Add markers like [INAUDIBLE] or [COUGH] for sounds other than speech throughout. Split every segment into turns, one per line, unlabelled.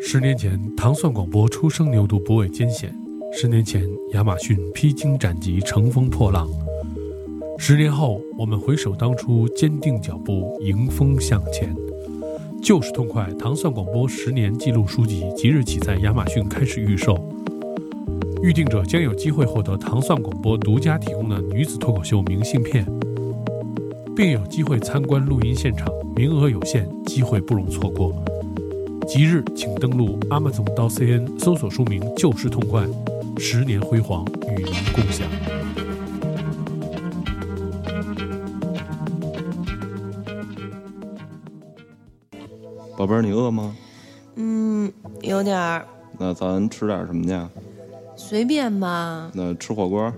十年前，糖蒜广播初生牛犊不畏艰险；十年前，亚马逊披荆斩棘，乘风破浪；十年后，我们回首当初，坚定脚步，迎风向前。就是痛快！糖蒜广播十年记录书籍即日起在亚马逊开始预售，预定者将有机会获得糖蒜广播独家提供的女子脱口秀明信片，并有机会参观录音现场，名额有限，机会不容错过。即日请登录 amazon.cn 搜索书名“就是痛快”，十年辉煌与您共享。
宝贝儿，你饿吗？
嗯，有点儿，
那咱吃点什么去？
随便吧，
那吃火锅？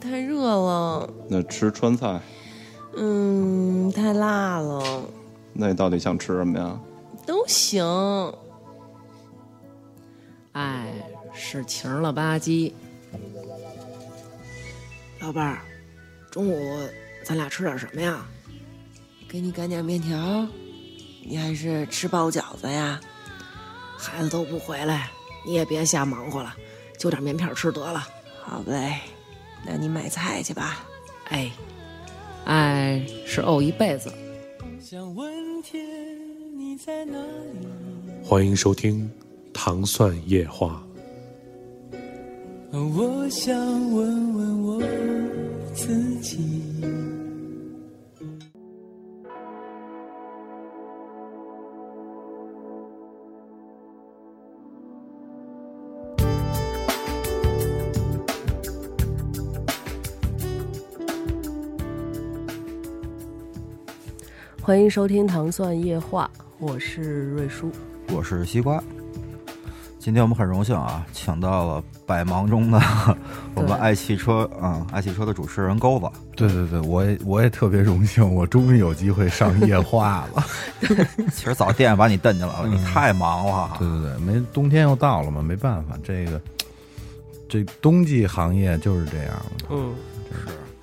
太热了，
那吃川菜？
嗯，太辣了，
那你到底想吃什么呀？
都行。
哎，是晴儿了吧唧。老伴儿，中午咱俩吃点什么呀？
给你擀点面条，你还是吃包饺子呀？
孩子都不回来，你也别瞎忙活了，就点面片吃得了。
好嘞，那你买菜去吧。
哎，爱是怄一辈子。
想问天你在哪里？
欢迎收听《糖蒜夜话
哦我想问问我自己。
欢迎收听《糖蒜夜话》，我是瑞叔。
我是西瓜。今天我们很荣幸啊，请到了百忙中
[LAUGHS]
的我们爱汽车啊、爱汽车的主持人钩子。
对对对，我也我也特别荣幸，我终于有机会上夜话了。 [LAUGHS]
其实早惦记把你蹬进来了，你太忙了哈
对。对对，没冬天又到了嘛，没办法，这个这冬季行业就是这样。
嗯，，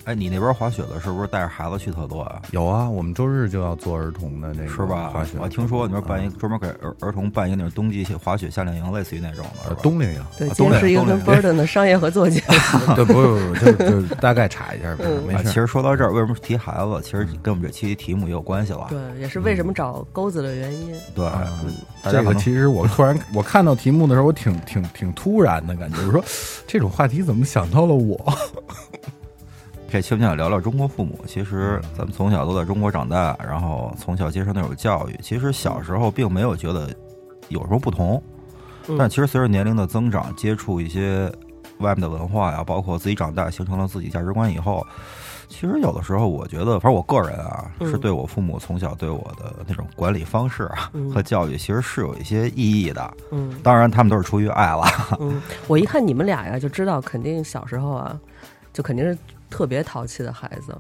哎，你那边滑雪的是不是带着孩子去特多呀、
有啊，我们周日就要做儿童的这个
是吧
滑雪？
我听说你那边办一
啊
专门给儿儿童办一个那种冬季滑雪夏令营，类似于那种的，是
呃
吧？
冬令营
对，
啊
今天
冬天
是一个
冬
跟
天
Bird 的商业合作节目。
[LAUGHS] 对，不是不是，就是就是大概查一下吧，嗯没
啊，其
事
实
儿。
说到这儿，为什么提孩子？其实跟我们这期题目也有关系了。
对，也是为什么找钩子的原因。
对，嗯
啊
大家
这
可
个
能
其实我突然我看到题目的时候，我挺挺挺突然的感觉，我说这种话题怎么想到了我？ [LAUGHS]
这期我们想聊聊中国父母。其实
嗯
咱们从小都在中国长大，然后从小接受那种教育。其实小时候并没有觉得有什么不同，
嗯
但其实随着年龄的增长，接触一些外面的文化呀，包括自己长大形成了自己价值观以后，其实有的时候我觉得，反正我个人啊，
嗯
是对我父母从小对我的那种管理方式啊
嗯
和教育，其实是有一些意义的。 [LAUGHS]
嗯
当然，他们都是出于爱了。
嗯，我一看你们俩呀，就知道肯定小时候啊，就肯定是特别淘气的孩子。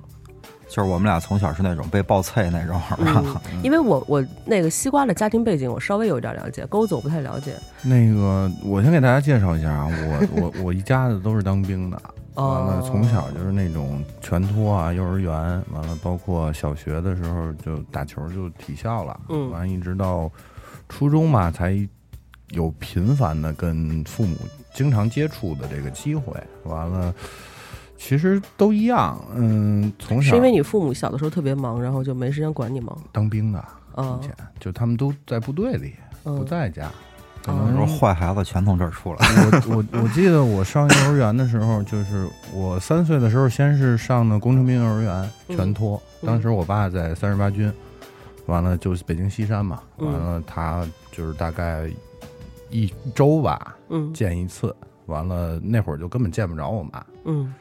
就是我们俩从小是那种被暴菜那种，
嗯，因为我我那个西瓜的家庭背景，我稍微有一点了解，钩子我不太了解。
那个，我先给大家介绍一下啊，我我我一家子都是当兵的，完
哦
了，从小就是啊那种全托啊，幼儿园，完了包括小学的时候就打球就体校了，
嗯
完了一直到初中吧，才有频繁的跟父母经常接触的这个机会。完了，其实都一样，嗯，从小
是因为你父母小的时候特别忙，然后就没时间管你吗？
当兵的，
啊
以，前就他们都在部队里，不
嗯，
在家，可
哦
能
说坏孩子全从这儿出来。
[LAUGHS] 我我我记得我上幼儿园的时候，就是我三岁的时候，先是上的工程兵幼儿园
嗯
全托，
嗯
当时我爸在三十八军，完了就是北京西山嘛，
嗯
完了他就是大概一周吧
嗯
见一次，完了那会儿就根本见不着我妈。
嗯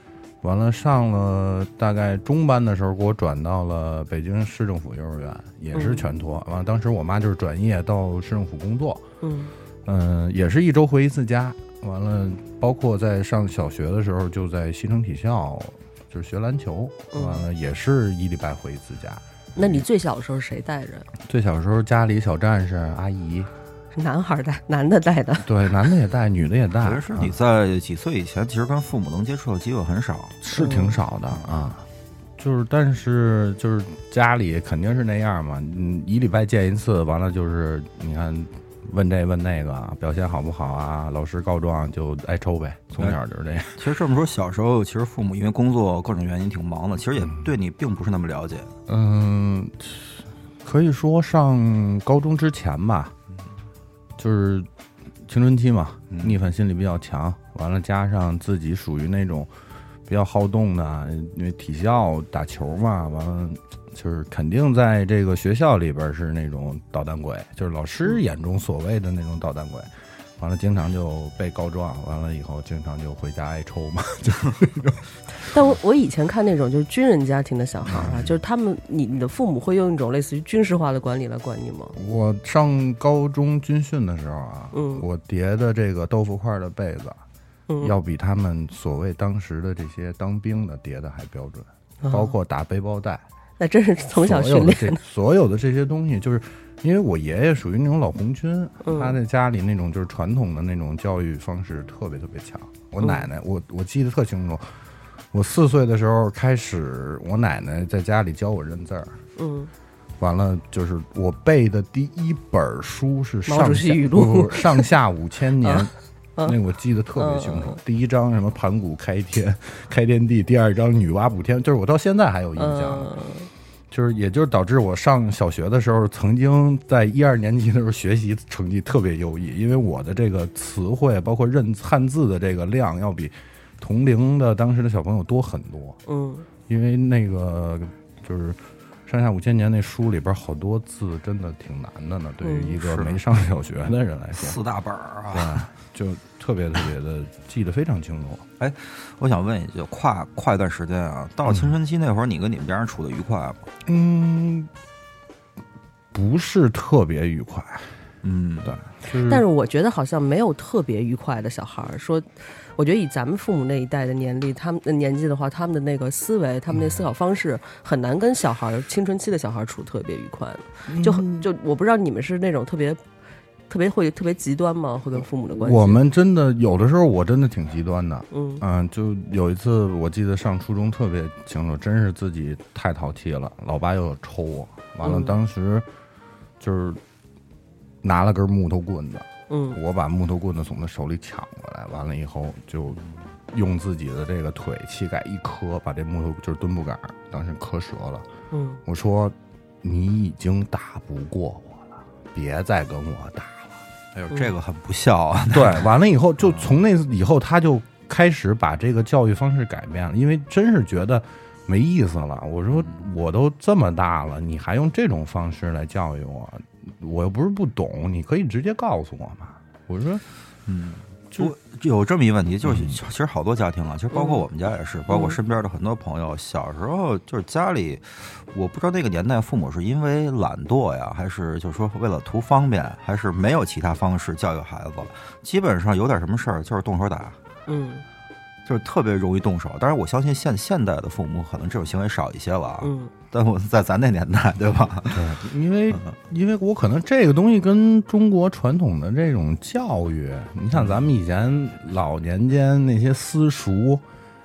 完了，上了大概中班的时候，给我转到了北京市政府幼儿园，也是
嗯
全托。完了，当时我妈就是转业到市政府工作，
嗯
嗯，也是一周回一次家。完了，包括在上小学的时候，就在西城体校，就是学篮球。
嗯
完了，也是一礼拜回一次家。
那你最小的时候谁带着？
最小时候家里小战士阿姨，
是男孩儿带，男的带的。
对，男的也带，女的也带，
其实你
啊
在几岁以前，其实跟父母能接触的机会很少。
是挺少的啊。就是，但是就是家里肯定是那样嘛，嗯，一礼拜见一次，完了就是你看问这问那个，表现好不好啊？老师告状就挨抽呗，从小就是这样。
其实这么说，小时候其实父母因为工作各种原因挺忙的，其实也对你并不是那么了解。
嗯，可以说上高中之前吧，就是青春期嘛，
嗯
逆反心理比较强，完了加上自己属于那种比较好动的，因为体校打球嘛，完了就是肯定在这个学校里边是那种捣蛋鬼，就是老师眼中所谓的那种捣蛋鬼。完了，经常就被告状，完了以后经常就回家挨抽嘛。
但我我以前看那种就是军人家庭的小孩儿啊，就是他们你你的父母会用一种类似于军事化的管理来管你吗？
我上高中军训的时候啊，
嗯
我叠的这个豆腐块儿的被子，啊
嗯，
要比他们所谓当时的这些当兵的叠的还标准，
啊
包括打背包带，
那真是从小
所有
训
的
练
这所有的这些东西，就是因为我爷爷属于那种老红军，
嗯
他在家里那种就是传统的那种教育方式特别特别强。我
嗯
奶奶，我我记得特清楚，我四岁的时候开始，我奶奶在家里教我认字儿。
嗯，
完了，就是我背的第一本书是上
毛主席
下
语录
不不上下五千年，
[LAUGHS] 啊
那我记得特别清楚
嗯。
第一章什么盘古开天，开天地；第二章女娲补天，就是我到现在还有印象。
嗯
就是也就是导致我上小学的时候，曾经在一二年级的时候学习成绩特别优异，因为我的这个词汇包括认汉字的这个量要比同龄的当时的小朋友多很多。
嗯
因为那个就是上下五千年那书里边好多字真的挺难的呢，对于一个
是
没上小学的人来说，
四大本儿啊，
对，就特别特别的记得非常清楚。
我想问一句，跨跨一段时间啊，到了青春期那会儿，你跟你们家人处的愉快吗？
嗯，不是特别愉快，
嗯，
对，就是
但是我觉得好像没有特别愉快的小孩儿。说，我觉得以咱们父母那一代的年龄，他们的年纪的话，他们的那个思维，他们那思考方式，很难跟小孩儿青春期的小孩儿处特别愉快
嗯
的。就很就我不知道你们是那种特别特别会特别极端吗？会跟父母的关系？
我们真的有的时候我真的挺极端的。
嗯
嗯，就有一次，我记得上初中特别清楚，真是自己太淘气了，老爸又抽我，完了
嗯
当时就是拿了根木头棍子，
嗯
我把木头棍子从他手里抢过来，完了以后就用自己的这个腿膝盖一磕，把这木头就是墩布杆儿，当时磕折了。
嗯
我说你已经打不过我了，别再跟我打了。
哎呦，这个很不孝啊。
对，完了以后，就从那次以后，他就开始把这个教育方式改变了，因为真是觉得没意思了。我说我都这么大了，你还用这种方式来教育我，我又不是不懂，你可以直接告诉我嘛。我说
嗯，
就
我有这么一个问题，就是其实好多家庭啊，其实包括我们家也是，包括身边的很多朋友，小时候就是家里，我不知道那个年代父母是因为懒惰呀，还是就是说为了图方便，还是没有其他方式教育孩子了，基本上有点什么事儿就是动手打。
嗯
就是特别容易动手，当然我相信现现代的父母可能这种行为少一些了啊，
嗯
但我在咱那年代，对吧？
因为因为我可能这个东西跟中国传统的这种教育，你像咱们以前老年间那些私塾，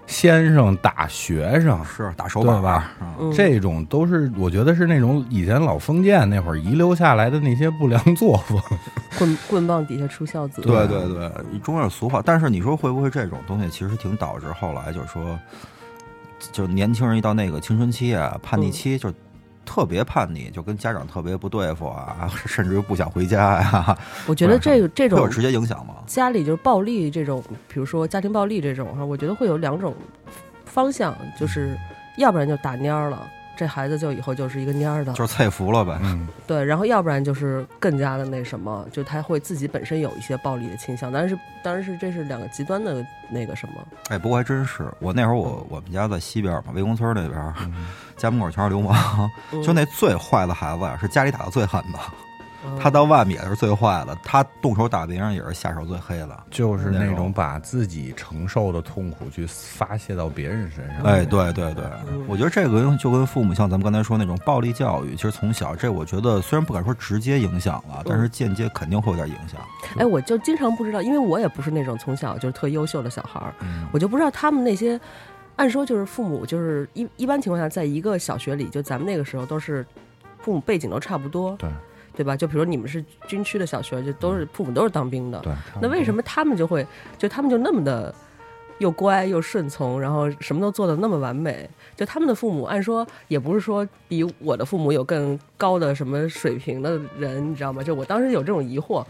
先生打学生，
啊是打手板
对吧？
嗯
嗯，
这种都是我觉得是那种以前老封建那会儿遗留下来的那些不良作风。
棍棍棒底下出孝子。
对对对，中有俗话。但是你说会不会这种东西其实挺导致后来就是说，就年轻人一到那个青春期啊，叛
嗯
逆期就特别叛逆，就跟家长特别不对付啊， [LAUGHS] 甚至于不想回家呀、
我觉得这个这
会有
种
直接影响吗？
家里就是暴力这种，比如说家庭暴力这种哈，我觉得会有两种方向，就是要不然就打蔫儿了，这孩子就以后就是一个蔫儿的，
就是菜服了呗。
嗯，
对，然后要不然就是更加的那什么，就他会自己本身有一些暴力的倾向，但是当然是这是两个极端的那个什么，
哎，不过还真是，我那会儿
嗯
我我们家在西边嘛，魏公村那边儿，家门口全是流氓，
嗯
[LAUGHS] 就那最坏的孩子啊呀，是家里打的最狠的，
嗯
他到外面也是最坏的，他动手打别人也是下手最黑的。
[LAUGHS] 就是那种把自己承受的痛苦去发泄到别人身上。
哎，对对对，我觉得这个跟就跟父母像咱们刚才说那种暴力教育，其实从小这我觉得虽然不敢说直接影响了，但是间接肯定会有点影响。
哎，我就经常不知道，因为我也不是那种从小就是特优秀的小孩儿，
嗯
我就不知道他们那些。按说就是父母就是一一般情况下，在一个小学里，就咱们那个时候都是父母背景都差不多，
对
对吧？就比如你们是军区的小学，就都是父母都是当兵的，
对，
那为什
么
么他们就会就他们就那么的又乖又顺从，然后什么都做的那么完美？就他们的父母，按说也不是说比我的父母有更高的什么水平的人，你知道吗？就我当时有这种疑惑。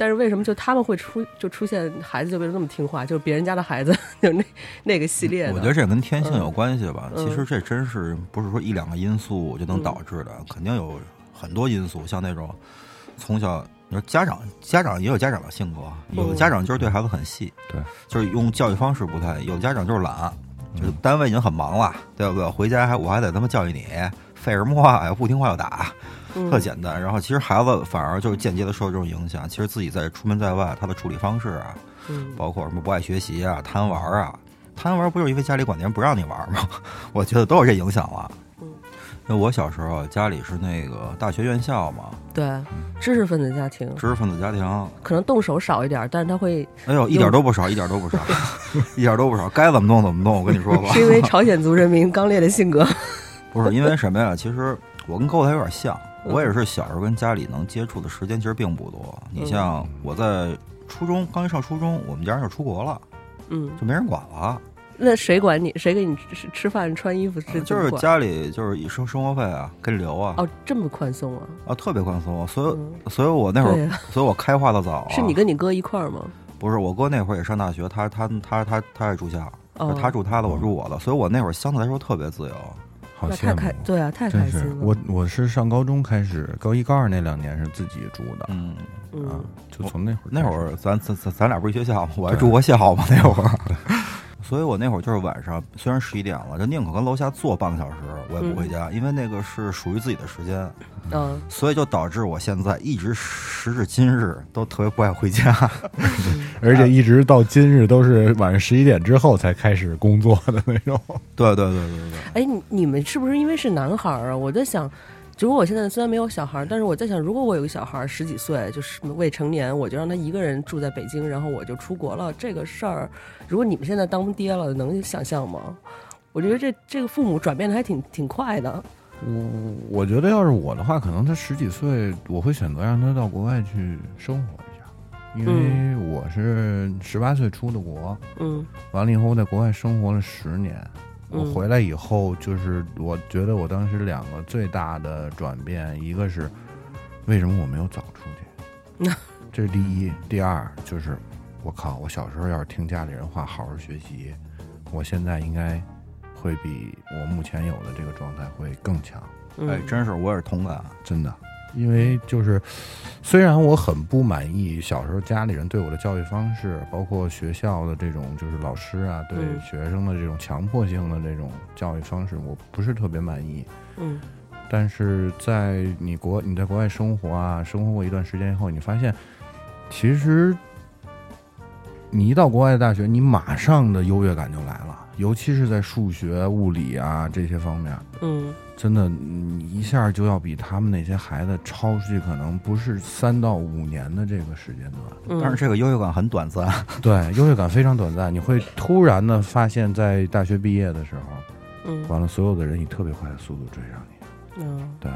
但是为什么就他们会出就出现孩子就变得那么听话，就是别人家的孩子， [LAUGHS] 就那那个系列的，
嗯我觉得这跟天性有关系吧。
嗯
其实这真是不是说一两个因素就能
嗯
导致的，肯定有很多因素。像那种从小，你说家长，家长也有家长的性格，有的
嗯
家长就是对孩子很细，
对，
就是用教育方式不太；有的家长就是懒，就是单位已经很忙了，对不对？回家还我还得他妈教育你，废什么话呀？不听话就打，
嗯
特简单。然后其实孩子反而就是间接的受这种影响。其实自己在出门在外，他的处理方式啊，
嗯
包括什么不爱学习啊、贪玩啊，贪玩不就是因为家里管得严不让你玩吗？ [LAUGHS] 我觉得都有这影响了。
嗯，
因为我小时候家里是那个大学院校嘛，
对知识分子家庭
知识分子家庭，
可能动手少一点，但是他会
哎呦，一点都不少，一点都不少，一点都不少，该怎么弄怎么弄。我跟你说吧，
是因为朝鲜族人民刚烈的性格，
[LAUGHS] 不是因为什么呀？其实我跟狗还有点像，
嗯
我也是小时候跟家里能接触的时间其实并不多。你像我在初中刚一上初中，我们家人就出国了，
嗯，
就没人管了。
那谁管你？谁给你吃吃饭、穿衣服？是
哦就
怎么
是
管
家里就是以生生活费啊，给留啊，
哦，这么宽松啊？
啊，特别宽松，所以、
嗯
所以我那会
对
儿，
啊，
所以我开化的早、啊。
是你跟你哥一块儿吗？
不是我哥那会儿也上大学，他他他他他也住校，
哦，
呃他住他的，我住我的，所以我那会儿相对来说特别自由。
好
那
羡
太开
慕？
对啊，太
真
开心
是
了。
我，我是上高中开始，高一高二那两年是自己住的，
嗯，
啊
嗯，
就从那会儿
那会
开始
儿咱咱咱咱俩不是一学校吗？我还
对
住过校嘛，那会儿。 [LAUGHS] 所以我那会儿就是晚上，虽然十一点了，就宁可跟楼下坐半个小时，我也不回家，因为那个是属于自己的时间，
嗯，
所以就导致我现在一直时至今日都特别不爱回家。 [LAUGHS]
而且一直到今日都是晚上十一点之后才开始工作的那种。
对对对对对，
哎，你你们是不是因为是男孩儿啊？我在想，如果我现在虽然没有小孩儿，但是我在想，如果我有个小孩儿十几岁，就是未成年，我就让他一个人住在北京，然后我就出国了，这个事儿，如果你们现在当爹了，能想象吗？我觉得这这个父母转变的还挺挺快的，
[LAUGHS] 我我觉得要是我的话，可能他十几岁，我会选择让他到国外去生活一下，因为
嗯
我是十八岁出的国，
嗯
完了以后我在国外生活了十年。我
嗯
回来以后，就是我觉得我当时两个最大的转变，一个是为什么我没有早出去，这是第一；第二就是我靠，我小时候要是听家里人话，好好学习，我现在应该会比我目前有的这个状态会更强。
嗯，
哎，真是我也是同感。
真的，因为就是虽然我很不满意小时候家里人对我的教育方式，包括学校的这种就是老师啊对
嗯
学生的这种强迫性的这种教育方式，我不是特别满意。
嗯
但是在你国你在国外生活啊，生活过一段时间以后，你发现其实你一到国外的大学，你马上的优越感就来了，尤其是在数学、物理啊这些方面。
嗯
真的，你一下就要比他们那些孩子超出去，可能不是三到五年的这个时间段。
嗯，
但是这个优越感很短暂，
[LAUGHS] 对，优越感非常短暂，你会突然的发现，在大学毕业的时候，
嗯
[LAUGHS] 完了，所有的人以特别快的速度追上你。
嗯，
对，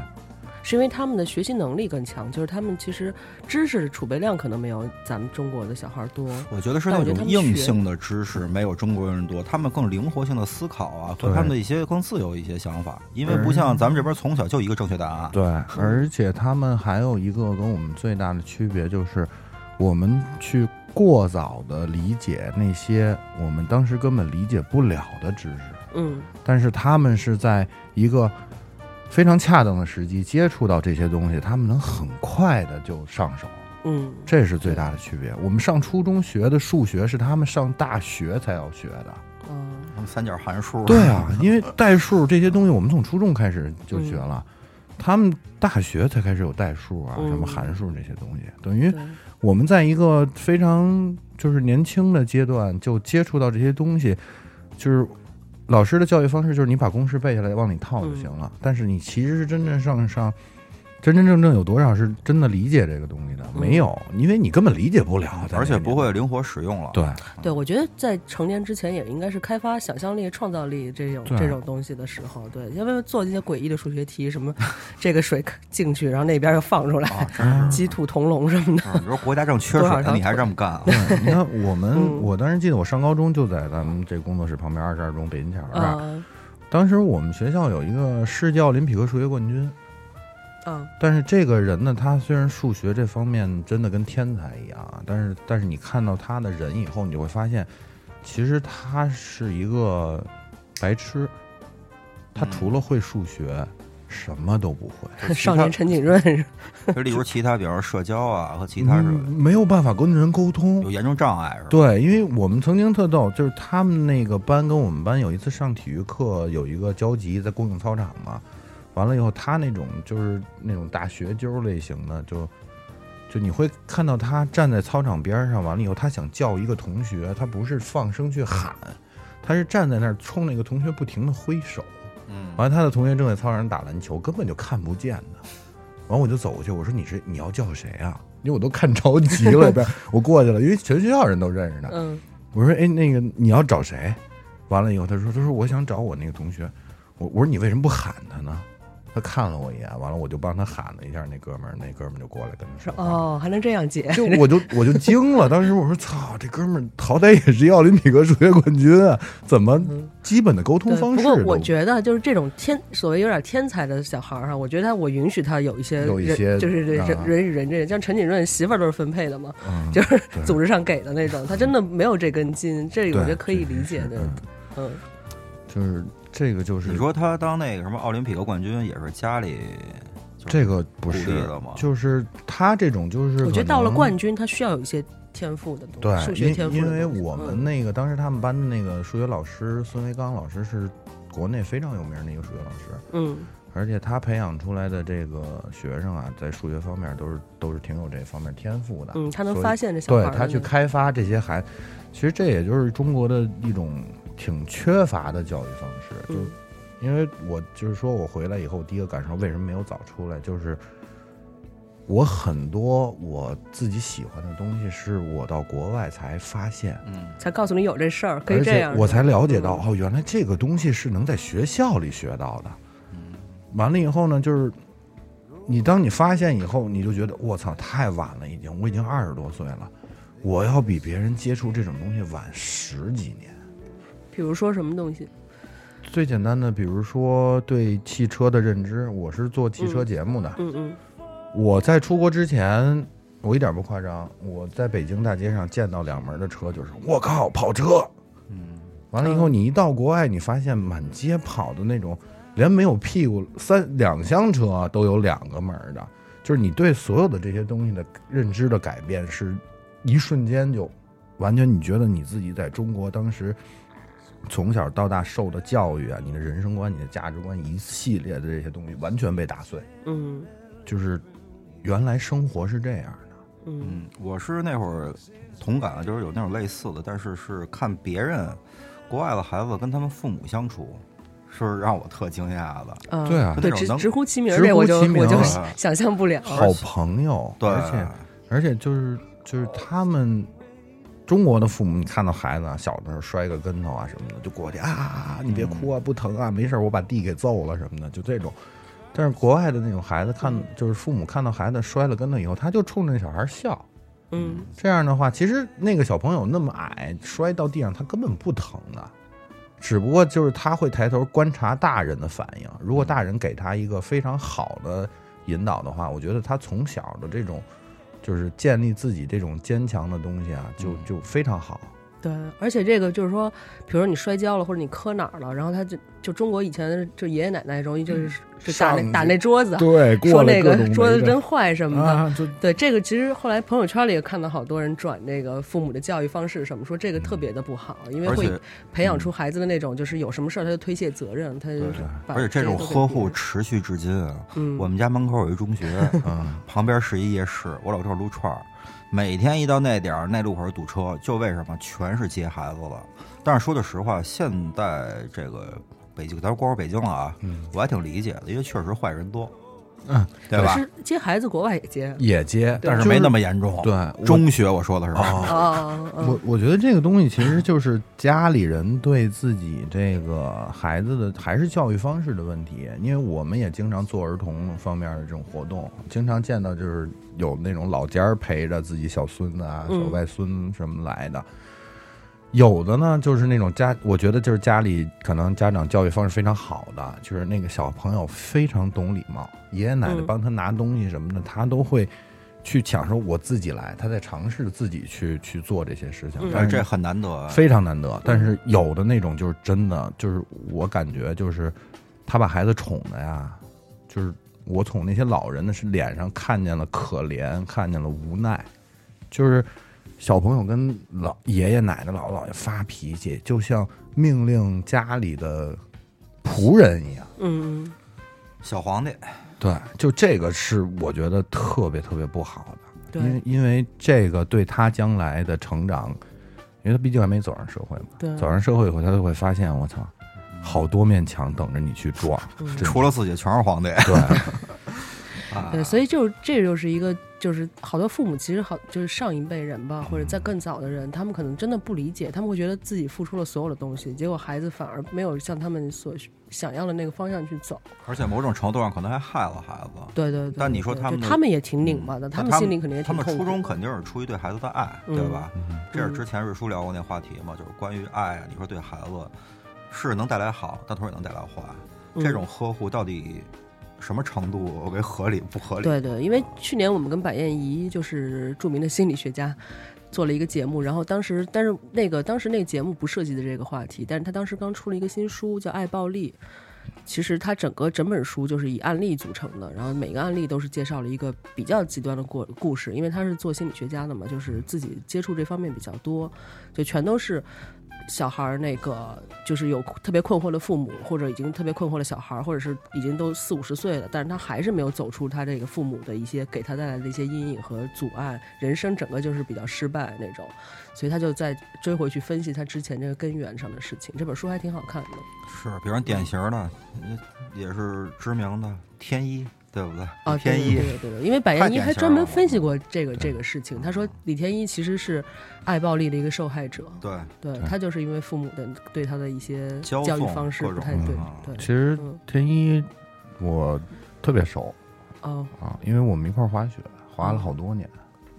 是因为他们的学习能力更强，就是他们其实知识储备量可能没有咱们中国的小孩儿多。
我觉得是
但
那
我觉得
种
他们
硬
学
性的知识没有中国人多，他们更灵活性的思考啊，和
对
他们的一些更自由一些想法，因为
而
不像咱们这边从小就一个正确答案。
[LAUGHS] 对，而且他们还有一个跟我们最大的区别就是，我们去过早的理解那些我们当时根本理解不了的知识。
嗯
但是他们是在一个非常恰当的时机接触到这些东西，他们能很快的就上手，
嗯
这是最大的区别。我们上初中学的数学是他们上大学才要学的，
嗯
他们三角函数，
对啊，因为代数这些东西我们从初中开始就学了。他们大学才开始有代数啊，
嗯
什么函数这些东西，等于
对
我们在一个非常就是年轻的阶段就接触到这些东西，就是老
嗯
师的教育方式就是你把公式背下来往里套就行了。但是你其实是真正上上真真正正有多少是真的理解这个东西的？没有，因为你根本理解不了，在
嗯而且
那个
不会
年代
灵活使用了。 [LAUGHS]
对，
对，我觉得在成年之前也应该是开发想象力、创造力这种
对
这种东西的时候，对，要不然做这些诡异的数学题，什么这个水进去，然后那边又放出
啊
来，
哦
[LAUGHS]
鸡兔同笼什么的，
啊你说国家正缺
多少
水呢，
条
你还这么干啊？
对你看我
嗯
们，我当时记得我上高中就在咱们这工作室旁边二十二中北京桥这儿，
嗯
当时我们学校有一个市教林匹克数学冠军，
嗯，
但是这个人呢，他虽然数学这方面真的跟天才一样啊，但是但是你看到他的人以后，你就会发现，其实他是一个白痴，他
嗯
除了会数学，什么都不会。
就其
少
他
年，陈景润是吧
就例如其他，比方说社交啊和其他是
嗯没有办法跟人沟通
有。严重障碍，是吧？
对，因为我们曾经特逗，就是他们那个班跟我们班有一次上体育课有一个交集，在公共操场嘛。完了以后，他那种就是那种大学究类型的，就就你会看到他站在操场边上，完了以后他想叫一个同学，他不是放声去喊，他是站在那儿冲那个同学不停的挥手。
嗯，
完了，他的同学正在操场上打篮球，根本就看不见的。完，我就走过去，我说：“你是你要叫谁啊？”因为我都看着急了，边我过去了，因为全学校人都认识他。
嗯，
我说：“哎，那个你要找谁？”完了以后，他说：“他说我想找我那个同学。”我我说：“你为什么不喊他呢？”他看了我一眼，完了我就帮他喊了一下那哥们儿，那哥们儿就过来跟他说
说。哦，还能这样解，
就我就我就惊了，当时我说操，这哥们儿好歹也是奥林匹克数学冠军啊，怎么基本的沟通
嗯对，
方
不
式
过
都
我觉得就是这种天所谓有点天才的小孩儿哈，我觉得他我允许他有一些
有一
人
些
就是人
啊
人与人这像陈景润媳妇儿都是分配的嘛，
嗯
就是
对
组织上给的那种，他真的没有这根筋，这我
对
觉得可以
确实
理解
是
的
嗯，
嗯，
就是这个就是
你说他当那个什么奥林匹克冠军也是家里就是
这个不
鼓励
是
的吗？
就是他这种就是
我觉得到了
可能
冠军，他需要有一些天赋的东
对
西，数，学天
因
赋的
因
东西，
为我
嗯
们那个当时他们班的那个数学老师孙维刚老师是国内非常有名的一个数学老师，
嗯
而且他培养出来的这个学生啊，在数学方面都是都是挺有这方面天赋的。
嗯，他
啊所
能
以
发现这小孩
对
儿的
他去
那个
开发这些孩，其实这也就是中国的一种挺缺乏的教育方式。就、
嗯
因为我就是说我回来以后，第一个感受为什么没有早出来，就是我很多我自己喜欢的东西是我到国外才发现，
嗯，
才告诉你有这事儿，可以
而
这
且
样，嗯
我才了解到、哦，原来这个东西是能在学校里学到的。完了以后呢，就是你当你发现以后，你就觉得我操，太晚了，已经，我已经二十多岁了，我要比别人接触这种东西晚十几年。
比如说什么东西，
最简单的，比如说对汽车的认知，我是做汽车节目的，
嗯嗯
我在出国之前，我一点不夸张，我在北京大街上见到两门的车，就是我靠跑车。嗯，完了以后，你一到国外，你发现满街跑的那种，连没有屁股三两厢车都有两个门的，就是你对所有的这些东西的认知的改变，是一瞬间就完全你觉得你自己在中国当时。从小到大受的教育啊，你的人生观、你的价值观，一系列的这些东西完全被打碎。
嗯
就是原来生活是这样的。
嗯
嗯，我是那会儿同感啊，就是有那种类似的，但是是看别人国外的孩子跟他们父母相处，是让我特惊讶的。
嗯，
对啊
对，
那种
直
能
直呼其名儿
直
这
呼
我就
其名
我就
儿啊
想想象不了，
好朋友，
对，
而且而且就是就是他们中国的父母，你看到孩子啊，小的时候摔个跟头啊什么的，就过去啊，你别哭啊，不疼啊，没事儿，我把地给揍了什么的，就这种。但是国外的那种孩子看，就是父母看到孩子摔了跟头以后，他就冲着那小孩笑。
嗯
这样的话，其实那个小朋友那么矮，摔到地上他根本不疼的，只不过就是他会抬头观察大人的反应。如果大人给他一个非常好的引导的话，我觉得他从小的这种就是建立自己这种坚强的东西啊，就就非常好。
对，而且这个就是说，比如说你摔跤了或者你磕哪儿了，然后他就就中国以前就爷爷奶奶容易就是就打
嗯上
那
去
打那桌子，
对，
说那个桌子真坏什么的，
啊，就
对这个，其实后来朋友圈里也看到好多人转那个父母的教育方式什么，说这个特别的不好，因为
而
会
且嗯
培养出孩子的那种，就是有什么事儿他就推卸责任，他就把
而且这种呵护持续至今啊。
嗯
我们家门口有一中学，
[LAUGHS]
嗯旁边是一夜市，我老这儿撸串儿。每天一到那点儿，那路口堵车，就为什么全是接孩子的。但是说句实话，现
嗯
在这个北京，咱光说北京了啊，我还挺理解的，因为确实坏人多。
嗯，
对吧
可？是接孩子，国外也接
也接，
但
就是
没那么严重。
对，我哦
中学我说的是吧？
啊啊
我我觉得这个东西其实就是家里人对自己这个孩子的还是教育方式的问题，因为我们也经常做儿童方面的这种活动，经常见到就是有那种老家儿陪着自己小孙子啊、小
嗯
外孙什么来的。有的呢，就是那种家，我觉得就是家里可能家长教育方式非常好的，就是那个小朋友非常懂礼貌，爷爷奶奶
嗯
帮他拿东西什么的，他都会去想说我自己来，他在尝试自己去去做这些事情，
哎
但
这
是
很难得。
非常难得。但是有的那种就是真的，就是我感觉就是他把孩子宠的呀，就是我从那些老人的是脸上看见了可怜，看见了无奈，就是小朋友跟老爷爷奶奶、姥姥姥爷发脾气，就像命令家里的仆人一样。
嗯，嗯
小皇帝，
对，就这个是我觉得特别特别不好的，
对
因为因为这个对他将来的成长，因为他毕竟还没走上社会嘛，
对，
走上社会以后他就会发现，我操，
嗯
好多面墙等着你去撞，真的
除了自己全是皇帝。
对， [LAUGHS]
啊
对，所以就是这就是一个，就是好多父母其实好就是上一辈人吧，或者在更早的人，他们可能真的不理解，他们会觉得自己付出了所有的东西，结果孩子反而没有向他们所想要的那个方向去走。
而且某种程度上可能还害了孩子。
对对对。
但你说
对
他
就
们的
他们也挺拧巴的，
嗯
他
那
们心里肯定也
他
挺
们
痛
初
苦。
衷肯定是出于对孩子的爱，
嗯
对吧？
嗯
这是之前瑞叔聊过那话题嘛，就是关于爱啊，你说对孩子是能带来好，但同时也能带来坏。
嗯
这种呵护到底什么程度为合理不合理？
对对，因为去年我们跟柏艳仪就是著名的心理学家做了一个节目，然后当时但是那个当时那个节目不涉及的这个话题，但是他当时刚出了一个新书叫《爱暴力》。其实他整个整本书就是以案例组成的，然后每个案例都是介绍了一个比较极端的过故事，因为他是做心理学家的嘛，就是自己接触这方面比较多，就全都是小孩儿那个就是有特别困惑的父母，或者已经特别困惑的小孩儿，或者是已经都四五十岁了，但是他还是没有走出他这个父母的一些给他带来的一些阴影和阻碍，人生整个就是比较失败那种，所以他就在追回去分析他之前这个根源上的事情。这本书还挺好看的，
是，比如典型的，也是知名的天一，对不对？
啊，
李天
对
一
对对对对，因为百
太
艳一
典
还
型
专门
了
分析过这个这个事情，他说李天一其实是爱暴力的一个受害者，
对
对他就是因为父母的对他的一些
骄
教育
纵
方式
各
不
种
太
的
对
啊，
对
其，实
嗯
天一我特别熟
哦
啊，因为我们一块儿滑雪，滑了好多年，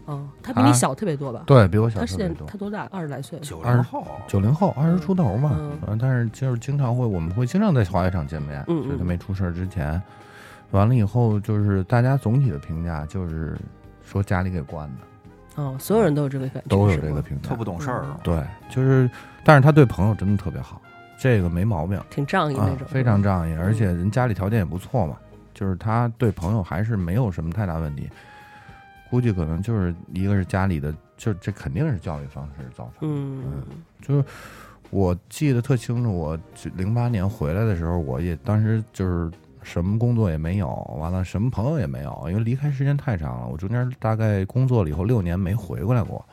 哦，他比你
啊
小特别多吧？
对比我小
他
特
现
别
在
多
他，多大？二十来岁。
九
二
零
十
后，
九零后二十出头嘛，
嗯
反正但是就是经常会，我们会经常在滑雪场见面，
嗯嗯
就他没出事儿之前，完了以后就是大家总体的评价就是说家里给惯的，
哦，所有人都有这个感觉，
都有
是
这个
吗，
评价
特，不懂事
嗯
儿。啊
对，就是，但是他对朋友真的特别好，这个没毛病
挺仗义那
啊
种，，嗯
非常仗义，而且人家里条件也不错嘛，就是他对朋友还是没有什么太大问题，估计可能就是一个是家里的，就这肯定是教育方式造成的，
嗯，
就是我记得特清楚，我零八年回来的时候，我也当时就是什么工作也没有，完了什么朋友也没有，因为离开时间太长了。我中间大概工作了以后六年没回过来过，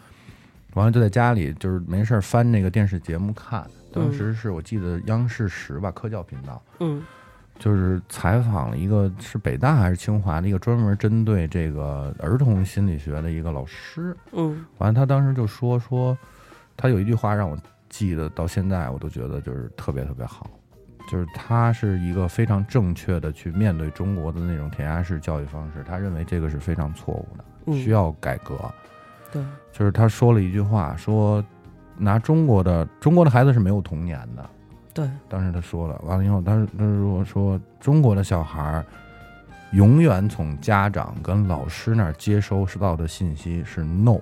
完了就在家里就是没事儿翻那个电视节目看。当时是我记得央视十吧科教频道，
嗯
就是采访了一个是北大还是清华的一个专门针对这个儿童心理学的一个老师，
嗯
完了，他当时就说说，他有一句话让我记得到现在，我都觉得就是特别特别好，就是他是一个非常正确的去面对中国的那种填鸭式教育方式，他认为这个是非常错误的，
嗯，
需要改革。
对，
就是他说了一句话，说拿中国的中国的孩子是没有童年的，
对，
当时他说了，完了以后，他他说说中国的小孩儿永远从家长跟老师那儿接收到的信息是 no。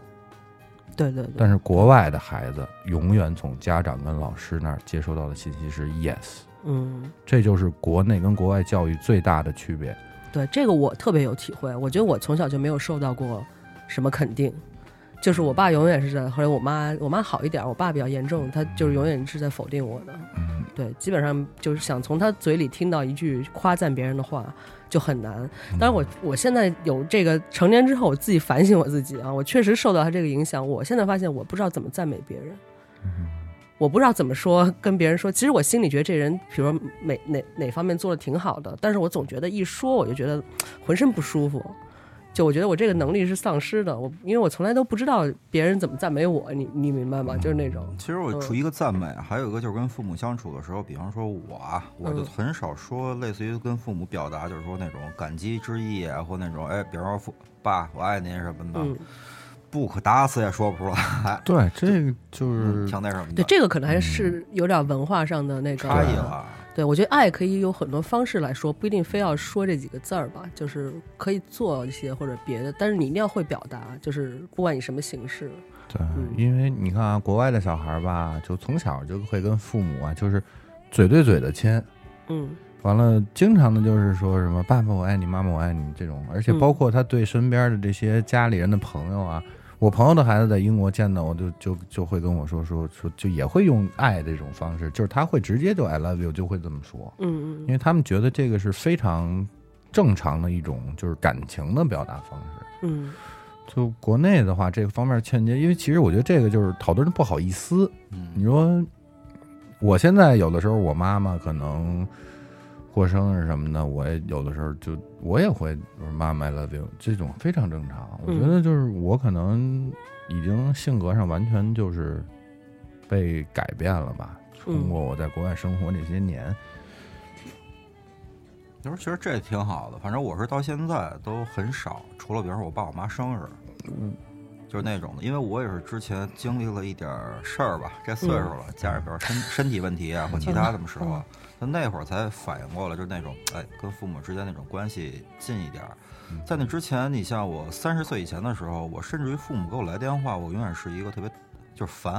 对对对，
但是国外的孩子永远从家长跟老师那儿接收到的信息是 yes，
嗯。
这就是国内跟国外教育最大的区别。
对，这个我特别有体会。我觉得我从小就没有受到过什么肯定，就是我爸永远是在，后来我妈，我妈好一点儿，我爸比较严重，他就是永远是在否定我的。
嗯，
对，基本上就是想从他嘴里听到一句夸赞别人的话就很难。当然我，我现在有这个成年之后，我自己反省我自己啊，我确实受到他这个影响。我现在发现，我不知道怎么赞美别人。我不知道怎么说跟别人说，其实我心里觉得这人，比如说哪哪哪方面做的挺好的，但是我总觉得一说我就觉得浑身不舒服。就我觉得我这个能力是丧失的，我因为我从来都不知道别人怎么赞美我，你你明白吗？就是那种，
其实我
嗯
除一个赞美，还有一个就是跟父母相处的时候，比方说我啊，我就
嗯
很少说类似于跟父母表达，就是说那种感激之意啊，或那种哎，比方说父爸我爱您什么的，
嗯，
不可打死也说不出来，
对，这个就是
挺那什么的
对，这个可能还是有点文化上的那个
差异了。
对，我觉得爱可以有很多方式来说，不一定非要说这几个字儿吧，就是可以做一些或者别的，但是你一定要会表达，就是不管以什么形式，
对
嗯，
因为你看啊，国外的小孩儿吧，就从小就会跟父母啊，就是嘴对嘴的亲，
嗯
完了，经常的就是说什么“爸爸我爱你，妈妈我爱你”这种，而且
嗯
包括他对身边的这些家里人的朋友啊，我朋友的孩子在英国见到我就就就会跟我说说说，就也会用爱这种方式，就是他会直接就 “I love you” 就会这么说，
嗯
因为他们觉得这个是非常正常的一种就是感情的表达方式。
嗯
就国内的话，这个方面欠缺，因为其实我觉得这个就是好多人不好意思，
嗯，
你说，我现在有的时候，我妈妈可能过生日什么的，我也有的时候就我也会说“妈妈 I love you” 这种非常正常。我觉得就是我可能已经性格上完全就是被改变了吧。通过我在国外生活这些年，
就是其实这挺好的，反正我是到现在都很少，除了比方说我爸我妈生日，就是那种的，因为我也是之前经历了一点儿事儿吧，这岁数了，加上比如身身体问题啊或其他什么时候啊，就那会儿才反应过来，就是那种哎，跟父母之间那种关系近一点儿。在那之前，你像我三十岁以前的时候，我甚至于父母给我来电话，我永远是一个特别就是烦，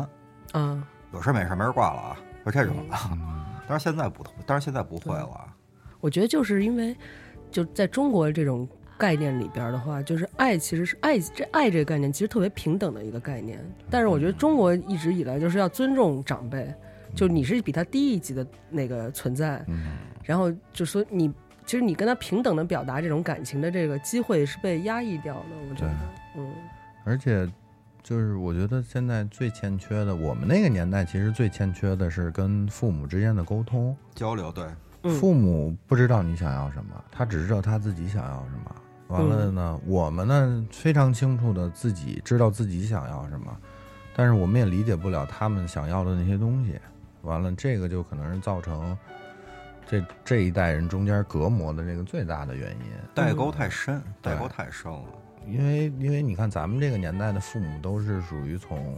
啊，
有事儿没事儿没人挂了啊，就这种的。 [LAUGHS] 但是现在不同，但是现在不会了啊。
我觉得就是因为就在中国这种概念里边儿的话，就是爱其实是爱这爱这个概念其实特别平等的一个概念，但是我觉得中国一直以来就是要尊重长辈，就你是比他低一级的那个存在，
嗯，
然后就说你其实你跟他平等的表达这种感情的这个机会是被压抑掉的，我觉得，嗯
而且就是我觉得现在最欠缺的，我们那个年代其实最欠缺的是跟父母之间的沟通。
交流对，
嗯
父母不知道你想要什么，他只知道他自己想要什么。完了呢，我们呢非常清楚的自己知道自己想要什么，但是我们也理解不了他们想要的那些东西。完了，这个就可能是造成这这一代人中间隔膜的这个最大的原因。
代沟太深，
嗯对
代沟太深了。
因为因为你看咱们这个年代的父母都是属于从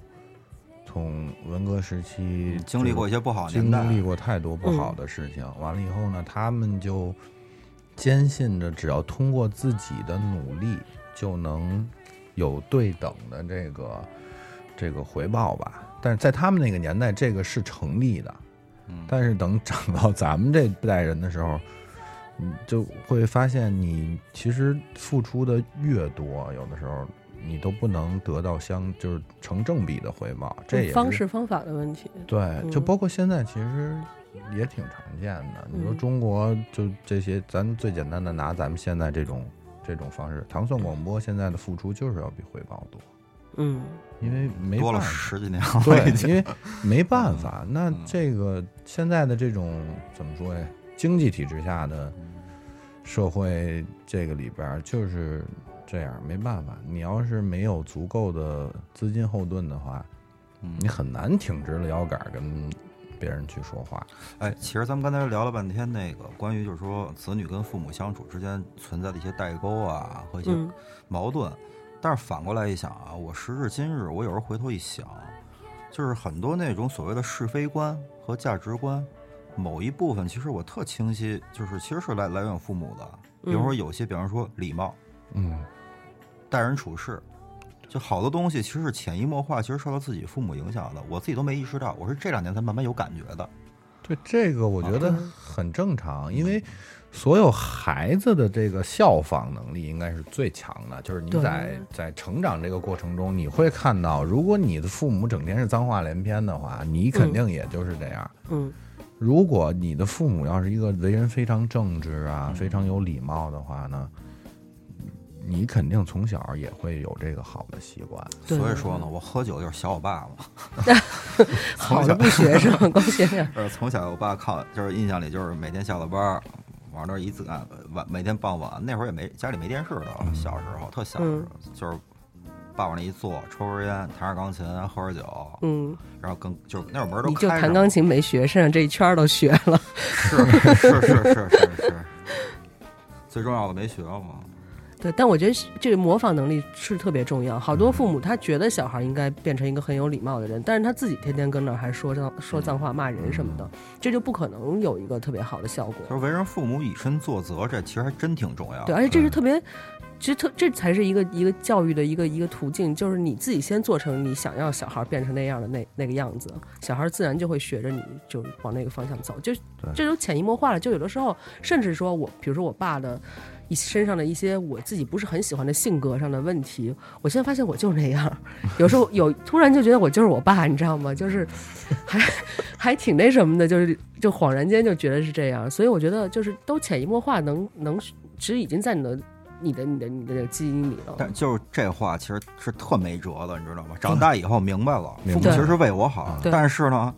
从文革时期
嗯经历过一些不好的年代，
嗯
嗯
经历过太多不好的事情，完了以后呢，他们就坚信着只要通过自己的努力，就能有对等的这个这个回报吧。但是在他们那个年代，这个是成立的。
嗯
但是等长到咱们这代人的时候，你就会发现，你其实付出的越多，有的时候你都不能得到相就是成正比的回报。这也是
嗯方式方法的问题，
对，就
嗯
包括现在其实也挺常见的。你说
嗯
中国就这些，咱最简单的拿咱们现在这种这种方式，糖蒜广播现在的付出就是要比回报多，
嗯
因为没
多了
办法
十几年
[LAUGHS]
了，已
对，因
经
为没办法，那这个现在的这种怎么说呀？经济体制下的社会这个里边儿就是这样，没办法。你要是没有足够的资金后盾的话，你很难挺直了腰杆儿跟别人去说话。
哎，其实咱们刚才聊了半天那个关于就是说子女跟父母相处之间存在的一些代沟啊和一些
嗯
矛盾，但是反过来一想啊，我时至今日，我有时候回头一想，就是很多那种所谓的是非观和价值观，某一部分其实我特清晰，就是其实是来来源于父母的，比如说有些，比方说礼貌，
嗯，
待人处事，就好多东西其实是潜移默化，其实受到自己父母影响的。我自己都没意识到，我是这两年才慢慢有感觉的。
对，这个我觉得很正常，因为所有孩子的这个效仿能力应该是最强的，就是你
对
在在成长这个过程中，你会看到，如果你的父母整天是脏话连篇的话，
嗯
你肯定也就是这样。
嗯
如果你的父母要是一个为人非常正直啊、非常有礼貌的话呢，你你肯定从小也会有这个好的习惯。
对
所以说呢，我喝酒就是学我爸嘛。
好的不学是吧？ [LAUGHS] 光学点儿。
呃，从小我爸靠，就是印象里就是每天下了班儿，往那儿一自啊晚每天傍晚那会儿也没家里没电视的，
嗯
小时候特小时候、就是。爸往那一坐，抽根烟，弹着钢琴，喝着酒，
嗯，
然后跟就是那会儿门儿都
你就
开着
弹
嘛
钢琴没学，身上这一圈儿都学了。 [LAUGHS]
是是是是是是， [LAUGHS] 最重要的没学嘛。
对，但我觉得这个模仿能力是特别重要。好多父母他觉得小孩应该变成一个很有礼貌的人，但是他自己天天跟那儿还说脏说脏话、骂人什么的，这就不可能有一个特别好的效
就是
果。
为人父母以身作则，这其实还真挺重要
对，
的。嗯
而且这是特别，其实特这才是一个一个教育的一个一个途径，就是你自己先做成你想要小孩变成那样的那那个样子，小孩自然就会学着你就往那个方向走，就这都潜移默化了。就有的时候，甚至说我，比如说我爸的。一身上的一些我自己不是很喜欢的性格上的问题，我现在发现我就是那样儿。有时候有突然就觉得我就是我爸，你知道吗？就是 [LAUGHS] 还还挺那什么的，就是就恍然间就觉得是这样。所以我觉得就是都潜移默化能，能其实已经在你的你的你的你的基因里了。
但就是这话其实是特没辙的，你知道吗？长大以后明白了，
明
父母
白
其实是为我好，
对
但是呢，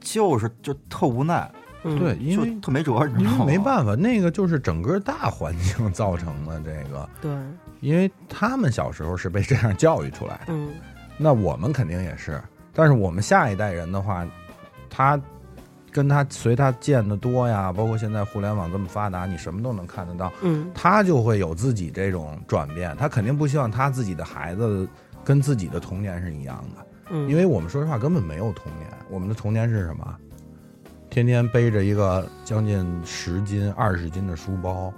就是就特无奈，
嗯、
对，因
就
为
特没啊辙，你知
因
道吗？
为没办法，那个就是整个大环境造成的这个，
对，
因为他们小时候是被这样教育出来的，
嗯，
那我们肯定也是。但是我们下一代人的话，他跟他随他见的多呀，包括现在互联网这么发达，你什么都能看得到，
嗯，
他就会有自己这种转变。他肯定不希望他自己的孩子跟自己的童年是一样的。
嗯，
因为我们说实话根本没有童年，我们的童年是什么？天天背着一个将近十斤、二十斤的书包，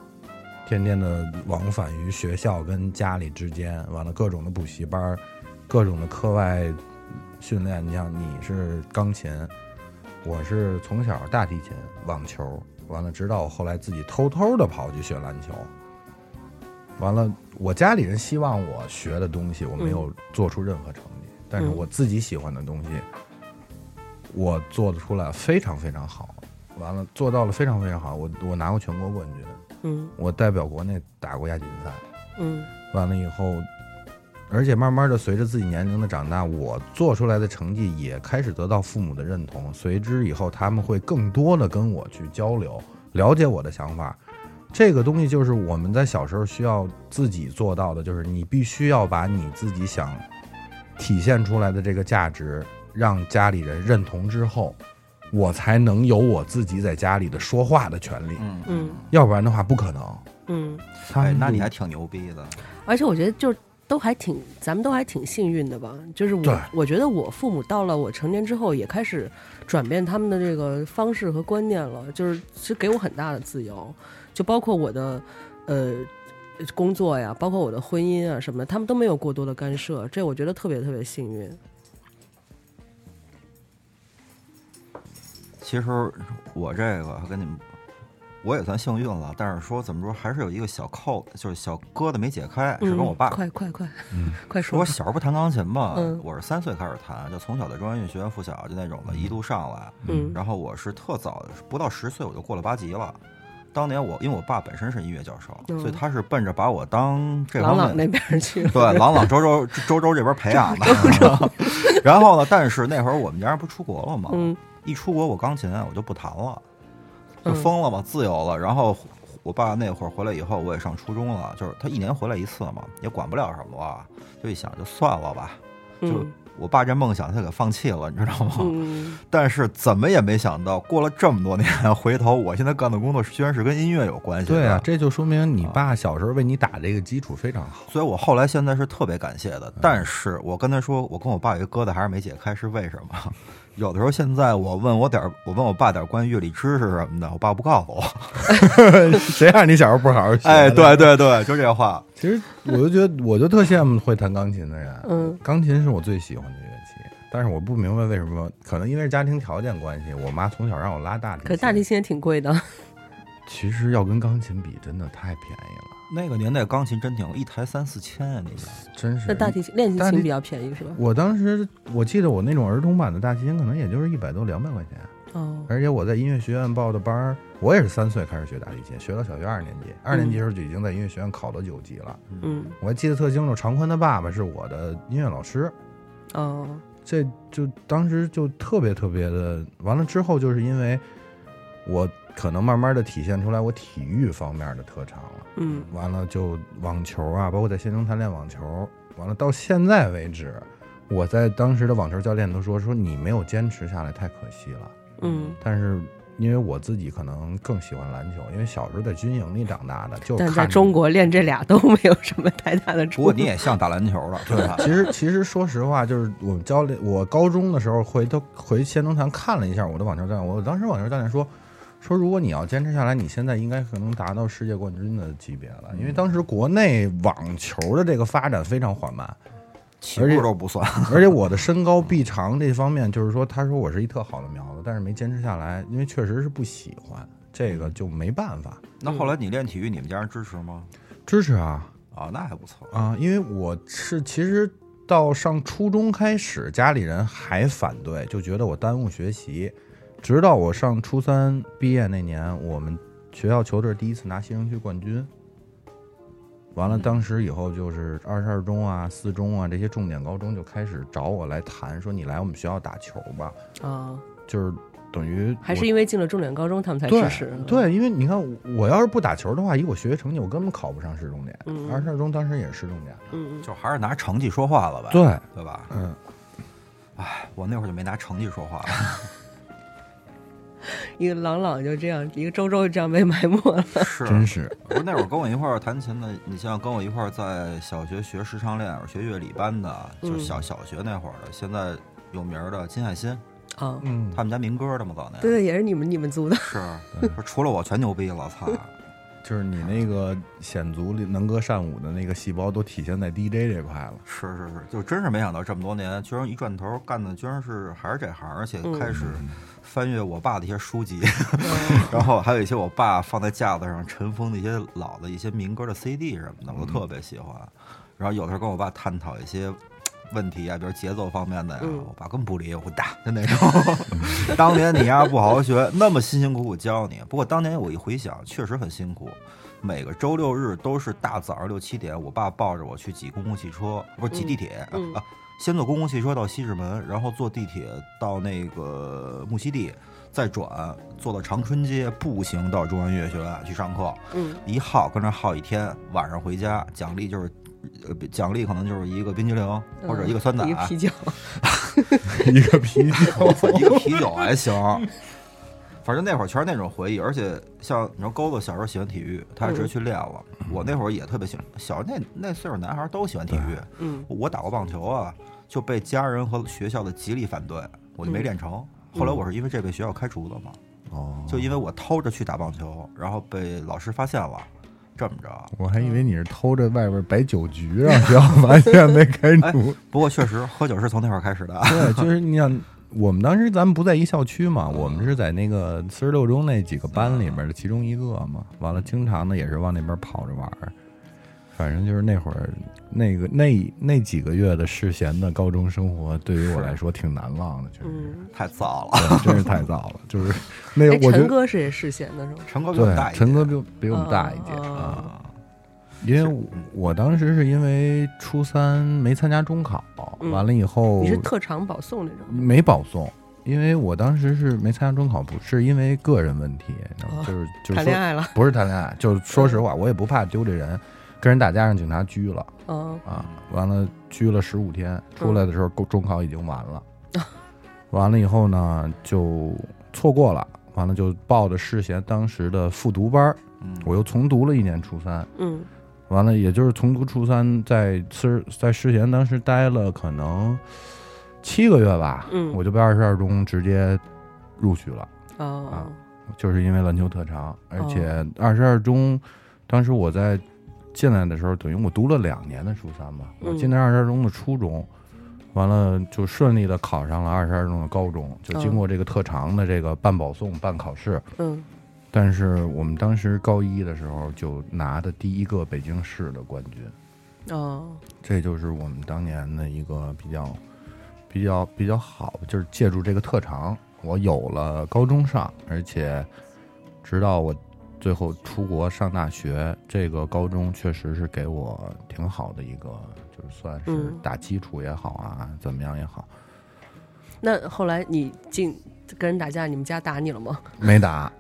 天天的往返于学校跟家里之间，完了各种的补习班儿，各种的课外训练。你像你是钢琴，我是从小大提琴、网球，完了直到我后来自己偷偷的跑去学篮球。完了，我家里人希望我学的东西，我没有做出任何成绩，但是我自己喜欢的东西，我做得出来非常非常好。完了，做到了非常非常好，我我拿过全国冠军，
嗯
我代表国内打过亚锦赛。
嗯
完了以后，而且慢慢的随着自己年龄的长大，我做出来的成绩也开始得到父母的认同，随之以后他们会更多的跟我去交流，了解我的想法。这个东西就是我们在小时候需要自己做到的，就是你必须要把你自己想体现出来的这个价值，让家里人认同之后，我才能有我自己在家里的说话的权利，
嗯
嗯
要不然的话不可能。
嗯，
他
哎
们，
那
就
你还挺牛逼的，
而且我觉得就是都还挺，咱们都还挺幸运的吧。就是
对
我，我觉得我父母到了我成年之后，也开始转变他们的这个方式和观念了，就是是给我很大的自由，就包括我的呃工作呀，包括我的婚姻啊什么的，他们都没有过多的干涉，这我觉得特别特别幸运。
其实我这个还跟你们，我也算幸运了，但是说怎么说，还是有一个小扣，就是小疙瘩没解开，是跟我爸。
嗯、快快快，快
说
说
我小时候不弹钢琴嘛，
嗯
我是三岁开始弹，就从小在中央音乐学院附小就那种的，一路上来，
嗯
然后我是特早，不到十岁我就过了八级了。当年我因为我爸本身是音乐教授，
嗯
所以他是奔着把我当这
朗
方
朗那
面
边儿去了，
对朗朗周周周周这边培养的。然后呢，但是那会儿我们家人不出国了嘛，
[LAUGHS] 嗯
一出国我钢琴我就不弹了，就
嗯
疯了嘛，自由了。然后我爸那会儿回来以后，我也上初中了，就是他一年回来一次嘛，也管不了什么啊，就一想就算了吧，就
嗯
我爸这梦想他给放弃了，你知道吗？
嗯
但是怎么也没想到，过了这么多年， [LAUGHS] 回头我现在干的工作居然是跟音乐有关系的。
对啊，这就说明你爸小时候为你打这个基础
[LAUGHS]
非常好。
所以我后来现在是特别感谢的。但是我跟他说，我跟我爸有一个疙瘩还是没解开，是为什么？ [LAUGHS] 有的时候现在我问我点儿，我问我爸点儿关于乐理知识什么的，我爸不告诉我。
谁让你小时候不好好
[LAUGHS]
学？
哎，，对对对，就这话。
其实我就觉得，我就特羡慕会弹钢琴的人。啊
嗯，
钢琴是我最喜欢的乐器，但是我不明白为什么，可能因为是家庭条件关系，我妈从小让我拉大提琴。
可是大提琴也挺贵的，
其实要跟钢琴比，真的太便宜了，
那个年代钢琴真挺，一台三四千啊，那个。
真是。
那大提琴练习
大提
琴比较便宜是吧？
我当时我记得我那种儿童版的大提琴，可能也就是一百多两百块钱。
哦，
而且我在音乐学院报的班儿，我也是三岁开始学大提琴，学到小学二年级，二年级的时候就已经在音乐学院考到九级了。
嗯，
我还记得特清楚，常宽他爸爸是我的音乐老师，
哦，
这就当时就特别特别的。完了之后，就是因为我可能慢慢的体现出来我体育方面的特长了。
嗯，
完了就网球啊，包括在县城谈练网球，完了到现在为止，我在当时的网球教练都说说你没有坚持下来太可惜了。
嗯，
但是因为我自己可能更喜欢篮球，因为小时候在军营里长大的，就
但在
看着
中国练这俩都没有什么太大的
不
出
过
入。
你也像打篮球了，对 [LAUGHS] 吧？
[LAUGHS] 其实其实说实话，就是我们教练，我高中的时候回头回仙农坛看了一下我的网球教练，我当时网球教练说说，如果你要坚持下来，你现在应该可能达到世界冠军的级别了，因为当时国内网球的这个发展非常缓慢，
起步都不算，
而且我的身高臂长这方面，就是说，他说我是一特好的苗子，但是没坚持下来，因为确实是不喜欢，这个就没办法。
那后来你练体育，你们家人支持吗？
支持啊，
啊，那还不错。
啊，因为我是其实到上初中开始，家里人还反对，就觉得我耽误学习。直到我上初三毕业那年，我们学校球队第一次拿西城区冠军。完了，
嗯
当时以后就是二十二中啊、四中啊这些重点高中就开始找我来谈，说你来我们学校打球吧，
啊，
就是等于
还
我
是因为进了重点高中，他们才
对
支持。
对，因为你看，我要是不打球的话，以我学习成绩，我根本考不上市重点。
嗯
二十二中当时也是市重点的，
嗯，嗯
就还是拿成绩说话了呗，
对
对吧？
嗯，
哎，我那会儿就没拿成绩说话
[LAUGHS]
了。
嗯，一个朗朗就这样，一个周周就这样被埋没了。
是，
真是。
不是那会儿跟我一块儿弹琴的，你像跟我一块儿在小学学时唱练偶、学乐理班的，就是小小学那会儿的，现在有名儿的金海心，
啊，
嗯，
他们家民歌的嘛，早年
对对，也是你们你们族的。
是，说除了我全牛逼了，操！
就是你那个显族里能歌善舞的那个细胞都体现在 DJ 这块了。
是是是，就真是没想到这么多年，居然一转头干的居然是还是这行，而且开始翻阅我爸的一些书籍， [LAUGHS] 然后还有一些我爸放在架子上尘封的一些老的一些民歌的 CD 什么的，我都特别喜欢。然后有的时候跟我爸探讨一些。问题啊，比如节奏方面的呀，我爸根本不理我，混蛋就那种。 [LAUGHS] 当年你呀不好好学，那么辛辛苦苦教你。不过当年我一回想，确实很辛苦。每个周六日都是大早上六七点，我爸抱着我去挤公共汽车，不是挤地铁、 [LAUGHS] 啊，先坐公共汽车到西直门，然后坐地铁到那个木樨地，再转坐到长春街，步行到中央音乐学院去上课。
嗯，
一耗跟那耗一天，晚上回家奖励就是。呃，奖励可能就是一个冰激凌或者一个酸
啊
奶，
嗯一个啤酒。
一个啤酒， [LAUGHS]
一个啤酒还行。反正那会儿全是那种回忆，而且像你说钩子小时候喜欢体育，他也
嗯
直接去练了。我那会儿也特别喜欢，小那那岁数男孩都喜欢体育。
嗯，
我打过棒球啊，就被家人和学校的极力反对，我
嗯
就没练成。后来我是因为这被学校开除的嘛，
哦，
就因为我偷着去打棒球，然后被老师发现了。这么着，
我还以为你是偷着外边摆酒局，啊让学校发现被开除。
不过确实喝酒是从那会儿开始的。 [LAUGHS]
哎对，就是你想，我们当时咱们不在一校区嘛，我们是在那个四十六中那几个班里面的其中一个嘛。完了，经常的也是往那边跑着玩儿。反正就是那会儿，那个那那几个月的世闲的高中生活，对于我来说挺难忘
嗯
的，确实是。
太早了。
对真是太早了，就是那
哎，
嗯我觉
陈
得
哥是也世贤的是吗？
陈哥比我们大
对
一
陈
点
哥比我比我们大一届
哦
啊，
啊，
因为
是
我我当时是因为初三没参加中考，
嗯
完了以后
你是特长保送那种？
没保送。因为我当时是没参加中考，不是因为个人问题，你知道吗
哦
就是就是
谈恋
说
爱了？
不是谈恋爱，就是说实话，我也不怕丢这人，跟人打架让警察拘了
嗯
啊，完了拘了十五天，出来的时候中中考已经完了，完了以后呢就错过了，完了就报的世贤当时的复读班儿，
嗯
我又重读了一年初三，
嗯
完了也就是重读初三，在师在师贤当时待了可能七个月吧，
嗯
我就被二十二中直接录取了，
哦
啊就是因为篮球特长，而且二十二中当时我在进来的时候，等于我读了两年的初三嘛，
嗯
我进来二十二中的初中。完了，就顺利的考上了二十二中的高中，就经过这个特长的这个半保送半考试，
嗯
但是我们当时高一的时候就拿的第一个北京市的冠军，
哦
这就是我们当年的一个比较、比较、比较好，就是借助这个特长我有了高中上，而且直到我最后出国上大学，这个高中确实是给我挺好的一个，就是算是
嗯
打基础也好啊，怎么样也好，
那后来你进跟人打架，你们家打你了吗？
没打。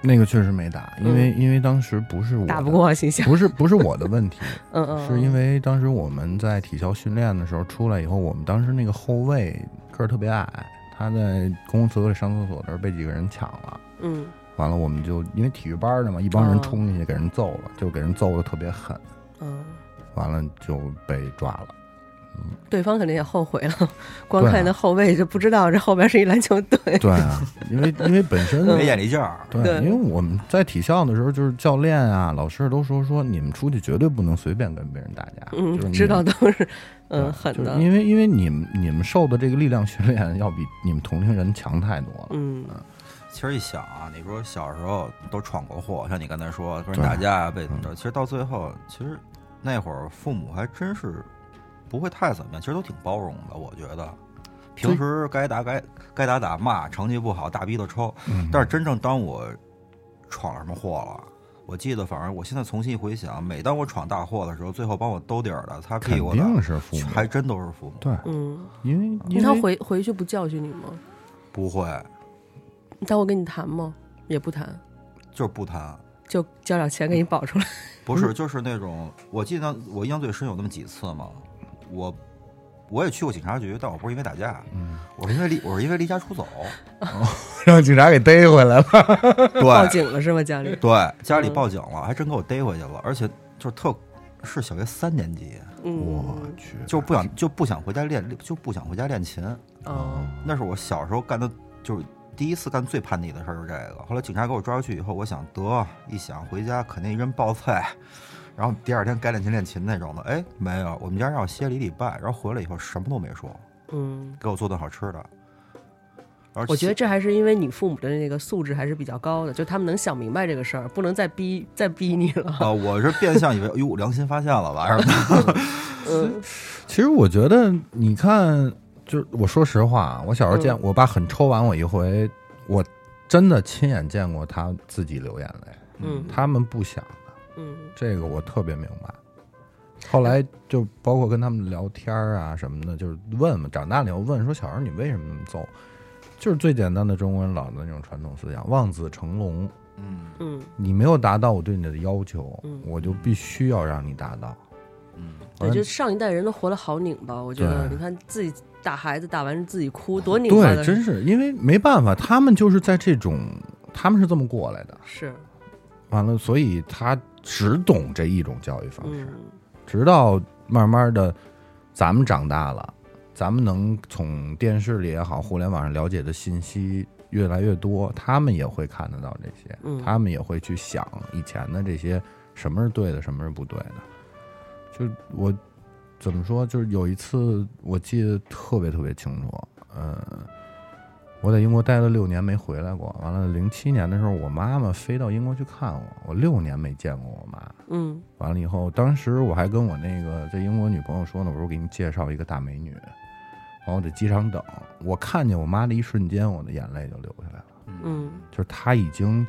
那个确实没打，因为、因为当时不是我
嗯打不
的，
过，心想，
不是不是我的问题，
嗯嗯，
是因
为
为当时我们在体校训练的时候出来以后，我们当时那个后卫个儿特别矮，他在公共厕所里上厕所的时候被几个人抢了，
嗯
完了我们就因为体育班的嘛，一帮人
哦
冲进去给人揍了，就给人揍的特别狠，
嗯，
完了就被抓了。
对方肯定也后悔了， [LAUGHS] 光
对啊
看那后卫就不知道这后边是一篮球
[LAUGHS]
队。
对啊，因为因为本
[LAUGHS]
身
没眼力劲儿。
对，
对
因为我们在体校的时候，就是教练啊、老师都说说你们出去绝对不能随便跟别人打架，就是
嗯，
你
知道都
[LAUGHS]
是
对啊
嗯狠
就是
的，
因为因为你们你们受的这个力量训练要比你们同龄人强太多了。
嗯
其实一想啊，你说小时候都闯过祸，像你刚才说跟
对嗯
人打架被怎么着，其实到最后，其实那会儿父母还真是不会太怎么样，其实都挺包容的，我觉得。平时该打该该打打骂，成绩不好大逼的抽。
嗯
但是真正当我闯了什么祸了，我记得，反正我现在重新回想，每当我闯大祸的时候，最后帮我兜底儿的、擦
肯
屁股
定
的，
是父母
还真都是父母。
对，
嗯，
因为因
他
为
回回去不教训你吗？
不会，
他会跟你谈吗？也不谈，
就是不谈。
就交点钱给你保
哎
出来。
不
嗯
是，就是那种，我记得我印象最深有那么几次嘛，我我也去过警察局，但我不是因为打架，
嗯
我是因为离我是因为离家出走，
[LAUGHS]
让警察给逮回来了，
报
对
警嗯了是吗？家
[LAUGHS]
里，
对，家里报警了，还真给我逮回去了，而且就是特是小学三年级，
嗯，
去，
就不想就不想回家练，就不想回家练琴，
哦，
那是我小时候干的，就是第一次干最叛逆的事儿，就是这个。后来警察给我抓去以后，我想得一想回家肯定一人报菜，然后第二天该练琴练琴那种的。哎，没有，我们家让我歇了一礼拜，然后回来以后什么都没说，
嗯，
给我做顿好吃的。而
我觉得
且
这还是因为你父母的那个素质还是比较高的，就他们能想明白这个事儿，不能再逼再逼你了。
哦
啊、我是变相以为， [LAUGHS] 哟，良心发现了吧？然后
嗯
其实我觉得，你看，就是我说实话啊，我小时候
嗯
见、我爸狠抽完我一回，我真的亲眼见过他自己流眼泪，
嗯
他们不想的，
嗯
这个我特别明白。后来就包括跟他们聊天儿啊什么的，就是问嘛，长大了以后问说小时候你为什么那么揍，就是最简单的中国人老的那种传统思想，望子成龙，
嗯
嗯
你没有达到我对你的要求，
嗯
我就必须要让你达到。
嗯，
对，就上一代人都活得好拧巴，我觉得
对
你看自己打孩子打完自己哭，多拧巴
对，
的，
真是因为没办法，他们就是在这种，他们是这么过来的。
是，
完了，所以他只懂这一种教育方式，
嗯
直到慢慢的，咱们长大了，咱们能从电视里也好，互联网上了解的信息越来越多，他们也会看得到这些，
嗯
他们也会去想以前的这些什么是对的，什么是不对的。就我怎么说，就是有一次我记得特别特别清楚，嗯、我在英国待了六年没回来过，完了零七年的时候，我妈妈飞到英国去看我，我六年没见过我妈。
嗯
完了以后，当时我还跟我那个在英国女朋友说呢，我说我给你介绍一个大美女，然后我在机场等，我看见我妈的一瞬间，我的眼泪就流下来了， [LAUGHS]
嗯
就是她已经，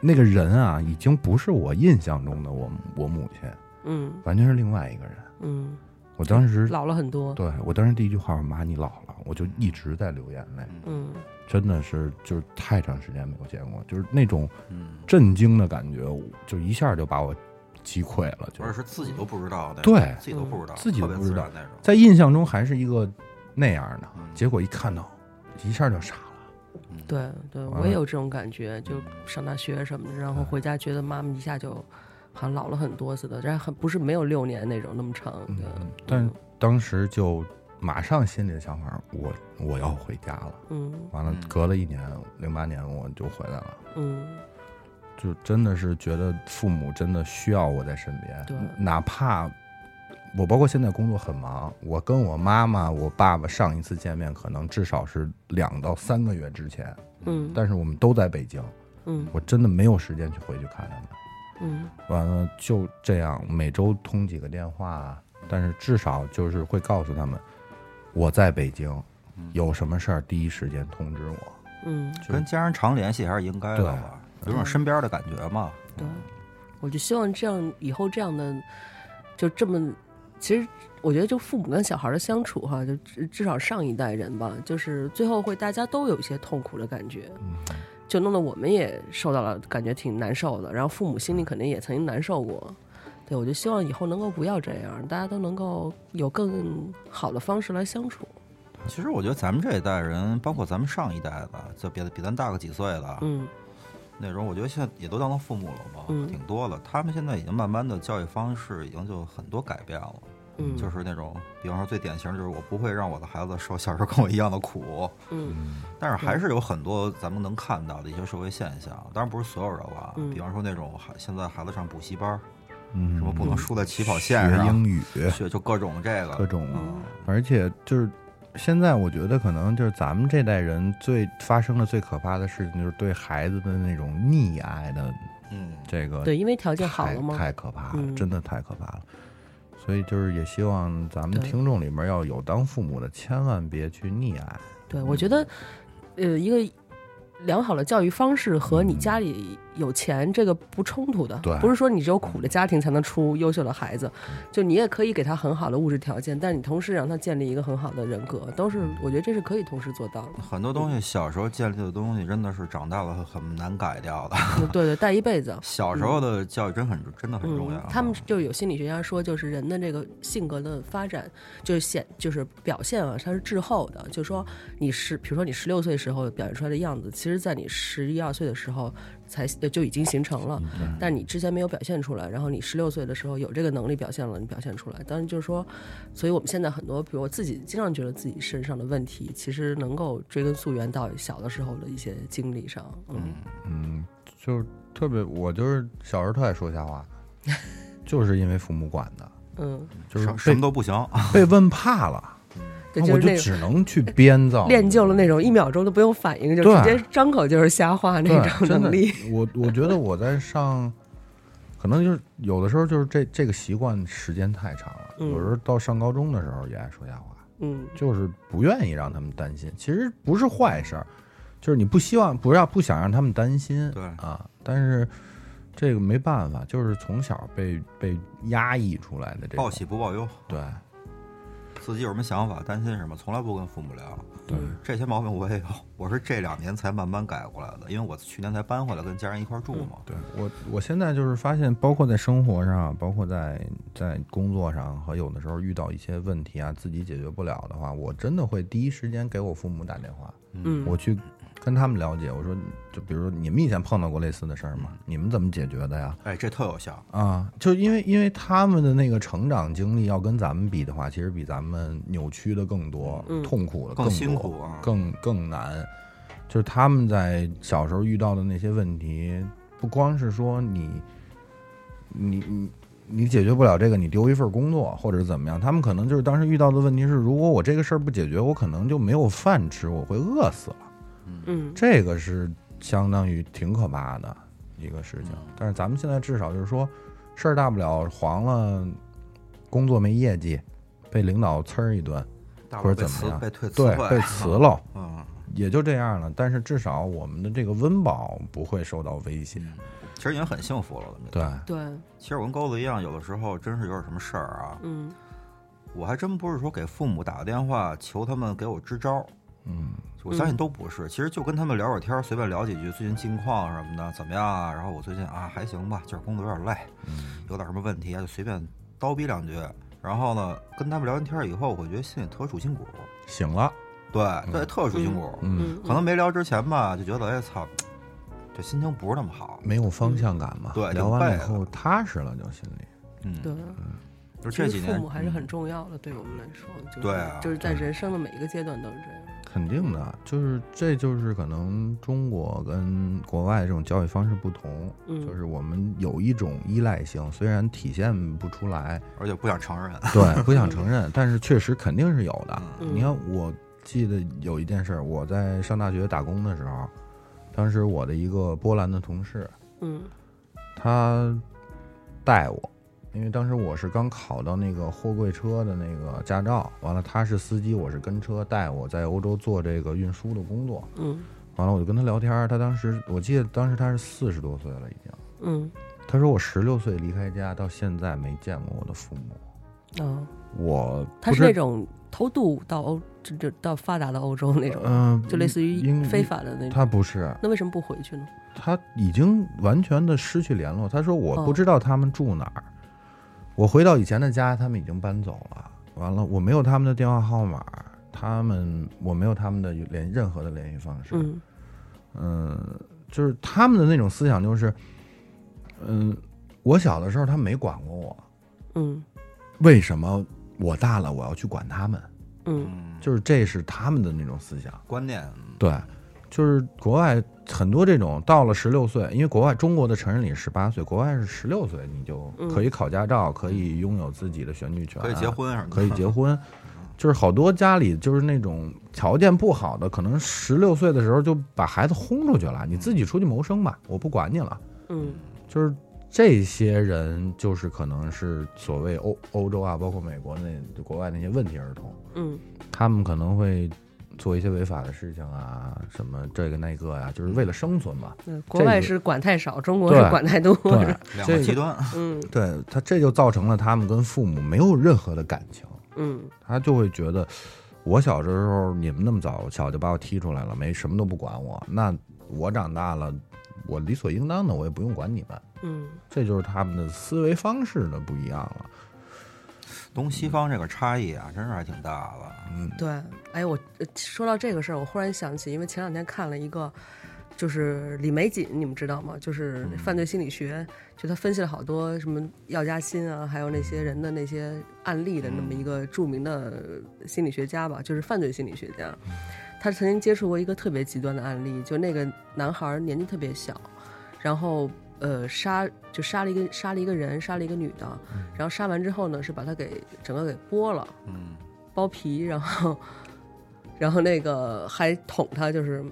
那个人啊，已经不是我印象中的我我母亲，
嗯
完全是另外一个人。
嗯，
我当时，
老了很多，
对我当时第一句话，我妈你老了，我就一直在流眼泪，
嗯
真的是就是太长时间没有见过，就是那种
嗯，
震惊的感觉，就一下就把我击溃了，就
[LAUGHS] 而是自己都不知道的，
对
自己都不知道，
自己都
特别
不知
自
道
然那种。
在印象中还是一个那样的，
嗯
结果一看到，一下就傻了。
嗯，
对对，
完
我
了
也有这种感觉，就上大学什么的，然后回家觉得妈妈一下就好像老了很多似的，但很不是没有六年那种那么长的，
嗯但当时就马上心里的想法，我我要回家了。
嗯
完了
嗯，
隔了一年，零八年我就回来了，
嗯
就真的是觉得父母真的需要我在身边，
对
哪怕。我包括现在工作很忙，我跟我妈妈、我爸爸上一次见面可能至少是两到三个月之前，
嗯
但是我们都在北京，
嗯
我真的没有时间去回去看他们。
嗯
完了就这样，每周通几个电话，但是至少就是会告诉他们我在北京，
嗯
有什么事儿第一时间通知我。
嗯，
跟家人常联系还是应该的吧，有种身边的感觉嘛。
对，我就希望这样以后这样的，就这么，其实我觉得就父母跟小孩的相处哈，就至至少上一代人吧，就是最后会大家都有一些痛苦的感觉，就弄得我们也受到了，感觉挺难受的。然后父母心里肯定也曾经难受过。对，我就希望以后能够不要这样，大家都能够有更好的方式来相处。
其实我觉得咱们这一代人，包括咱们上一代的，就比比咱大个几岁的，
嗯
那种我觉得现在也都当了父母了嘛，
嗯
挺多了。他们现在已经慢慢的教育方式已经就很多改变了，
嗯，
就是那种，比方说最典型的就是我不会让我的孩子受小时候跟我一样的苦，
嗯
但是还是有很多咱们能看到的一些社会现象，当然不是所有人了，
嗯
比方说那种孩现在孩子上补习班儿，
嗯，
什么不能输在起跑线
学
上，
英语，
学就各种这
各
个，
种
嗯
而且就是现在，我觉得可能就是咱们这代人最发生的最可怕的事情，就是对孩子的那种溺爱的
嗯，
这个
对，因为条件好
太
了吗？
太可怕了，
嗯
真的太可怕了。所以就是也希望咱们
对
听众里面要有当父母的，千万别去溺爱。
对，我觉得，呃，一个良好的教育方式和你家里有钱这个不冲突的，
对
不是说你只有苦的家庭才能出优秀的孩子，就你也可以给他很好的物质条件，但你同时让他建立一个很好的人格，都是我觉得这是可以同时做到的。 [LAUGHS]
很多东西小时候建立的东西，真的是长大了很很难改掉的。
对对，带一辈子。
小时候的教育真很真的很重要啊
嗯，。他们就有心理学家说，就是人的这个性格的发展，就是显就是表现啊，它是滞后的。就说你是，比如说你十六岁时候表现出来的样子，其实在你十一二岁的时候才呃就已经形成了，但你之前没有表现出来。然后你十六岁的时候有这个能力表现了，你表现出来。当然就是说，所以我们现在很多，比如我自己经常觉得自己身上的问题，其实能够追根溯源到小的时候的一些经历上。嗯
嗯，就是特别，我就是小时候特爱说瞎
[LAUGHS]
话，就是因为父母管的，
嗯，
就是
什什
被
么都不行，
被问怕了，
对，
那
就
我
是那
就
个。
只能去编造，
[LAUGHS] 练就了那种一秒钟都不用反应，就
哦对
直接张口就是瞎话
对，
那种
真
能
的
力。。
我我觉得我在上，可能就是有的时候就是这这个习惯时间太长了，
嗯
有时候到上高中的时候也爱说瞎话，
嗯
就是不愿意让他们担心。其实不是坏事儿，就是你不希望不让不想让他们担心，
对
啊，但是。这个没办法，就是从小被被压抑出来的
[LAUGHS]
这
报
种，
喜不报忧，
对，
自己有什么想法、担心什么，从来不跟父母聊。嗯
对，
这些毛病我也有，我是这两年才慢慢改过来的，因为我去年才搬回来，跟家人一块儿住嘛。
嗯对我，我现在就是发现，包括在生活上，包括在在工作上，和有的时候遇到一些问题啊，自己解决不了的话，我真的会第一时间给我父母打电话，
嗯，
我去跟他们了解。我说，就比如说你们以前碰到过类似的事儿吗？你们怎么解决的呀？
哎，这特有效。
啊，就因为因为他们的那个成长经历要跟咱们比的话，其实比咱们扭曲的更多，痛苦的
更
多
辛苦啊
更更难。就是他们在小时候遇到的那些问题，不光是说你，你你你解决不了这个，你丢一份工作或者怎么样，他们可能就是当时遇到的问题是，如果我这个事儿不解决，我可能就没有饭吃，我会饿死了。
嗯，
这个是相当于挺可怕的一个事情。
嗯
但是咱们现在至少就是说，事儿大不了黄了，工作没业绩，被领导呲儿一顿，
大
或
伙
者
被
怎么
辞
样，
被退辞
对，
退
被辞了，
嗯，
也就这样了。但是至少我们的这个温饱不会受到威胁。
嗯其实已经很幸福了。
对，
对，
其实我跟钩子一样，有的时候真是有点什么事儿啊，
嗯
我还真不是说给父母打个电话求他们给我支招，
嗯，
我相信都不是。其实就跟他们聊会儿天儿，随便聊几句最近近况什么的，怎么样啊？然后我最近啊还行吧，就是工作有点累，
嗯
有点什么问题啊，就随便叨逼两句。然后呢，跟他们聊完天儿以后，我觉得心里特属筋骨，
醒了，
对对，特属筋骨。
嗯，
可能没聊之前吧，就觉得哎操，这心情不是那么好。
没有方向感嘛。
对就
聊完了以
背
后踏实了，就心里。
嗯，
对，
就
其
这几
实父
年嗯
母，还是很重要的，对我们来说，就是
对啊
就是在人生的每一个阶段都是这样。
肯定的，就是这就是可能中国跟国外这种教育方式不同，
嗯
就是我们有一种依赖性，虽然体现不出来，
而且不想承认。
对，不想承认，但是确实肯定是有的。
嗯
你看，我记得有一件事儿，我在上大学打工的时候，当时我的一个波兰的同事，
嗯
他带我，因为当时我是刚考到那个货柜车的那个驾照，完了他是司机，我是跟车带我在欧洲做这个运输的工作，
嗯
完了我就跟他聊天儿，他当时我记得当时他是四十多岁了已经，
嗯
他说我十六岁离开家到现在没见过我的父母，
哦，
我
他
不
是那种偷渡到欧，这这到发达的欧洲那种，
嗯、
就类似于
应
非法的那种。
他不是，
那为什么不回去呢？
他已经完全的失去联络。他说我不
哦
知道他们住哪儿，我回到以前的家，他们已经搬走了。完了，我没有他们的电话号码，他们我没有他们的联任何的联系方式。
嗯
嗯，就是他们的那种思想就是，嗯，我小的时候他们没管过我，
嗯
为什么我大了我要去管他们？
嗯
就是这是他们的那种思想。
观念，
对，就是国外很多这种到了十六岁，因为国外中国的成人礼十八岁，国外是十六岁，你就可以考驾照，可以拥有自己的选举权，
可以
啊
结，婚什么的，
可以
[LAUGHS]
结婚。就是好多家里就是那种条件不好的，可能十六岁的时候就把孩子轰出去了，你自己出去谋生吧，我不管你了。
嗯
就是这些人，就是可能是所谓欧欧洲啊，包括美国那国外那些问题儿童。
嗯
他们可能会做一些违法的事情啊，什么这个那个呀、就是为了生存嘛。
嗯，国外
这个
是管太少，中国
对
是管太多。
对，
两
这
个
个
极端，
嗯
对他这就造成了他们跟父母没有任何的感情，
嗯
他就会觉得我小时候你们那么早小就把我踢出来了，没什么都不管我，那我长大了，我理所应当的，我也不用管你们。
嗯
这就是他们的思维方式的不一样了。
东西方这个差异啊，真是还挺大的。嗯，
对。哎，我呃说到这个事儿，我忽然想起，因为前两天看了一个。就是李玫瑾，你们知道吗？就是犯罪心理学，就他分析了好多什么药家鑫啊，还有那些人的那些案例的那么一个著名的呃心理学家吧，就是犯罪心理学家。他曾经接触过一个特别极端的案例，就那个男孩儿年纪特别小，然后呃杀就杀了一个杀了一个人，杀了一个女的，然后杀完之后呢是把她给整个给剥了，
嗯，
剥皮，然后然后那个还捅她，就是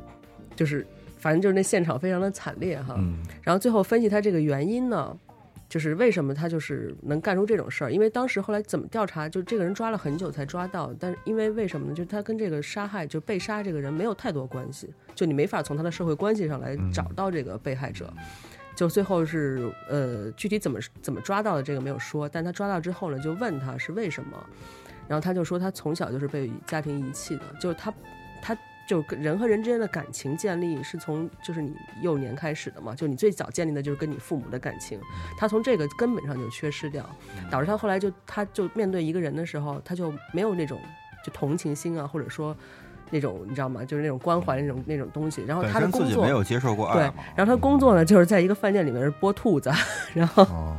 就是反正就是那现场非常的惨烈哈。然后最后分析他这个原因呢，就是为什么他就是能干出这种事儿，因为当时后来怎么调查，就这个人抓了很久才抓到，但是因为为什么呢？就是他跟这个杀害就被杀这个人没有太多关系，就你没法从他的社会关系上来找到这个被害者。就最后是呃，具体怎么怎么抓到的这个没有说，但他抓到之后呢，就问他是为什么，然后他就说他从小就是被家庭遗弃的，就是他他就跟人和人之间的感情建立是从就是你幼年开始的嘛，就你最早建立的就是跟你父母的感情，他从这个根本上就缺失掉，
嗯
导致他后来就他就面对一个人的时候，他就没有那种就同情心啊，或者说那种你知道吗？就是那种关怀那种那种东西，然后
本
哦他的
身自
工
己
作
没有接受过
对
爱嘛，，
然后他工作呢，就是在一个饭店里面是剥兔子， [LAUGHS] 然后，
哦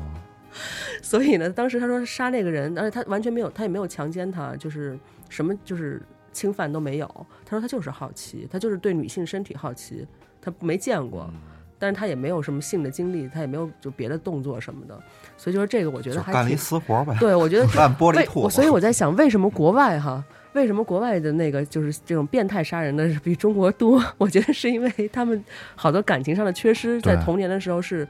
所以呢，当时他说杀那个人，而且他完全没有，他也没有强奸他，就是什么就是侵犯都没有。他说他就是好奇，他就是对女性身体好奇，他没见过，
嗯
但是他也没有什么性的经历，他也没有就别的动作什么的，所以就是这个我觉
就
得还
干了一
挺
[LAUGHS] 私活呗，
对，我觉得
按玻璃
为
吐
我，所以我在想，为什么国外哈，为什么国外的那个就是这种变态杀人的比中国多？ [LAUGHS] 我觉得是因为他们好多感情上的缺失，在
对
童年的时候是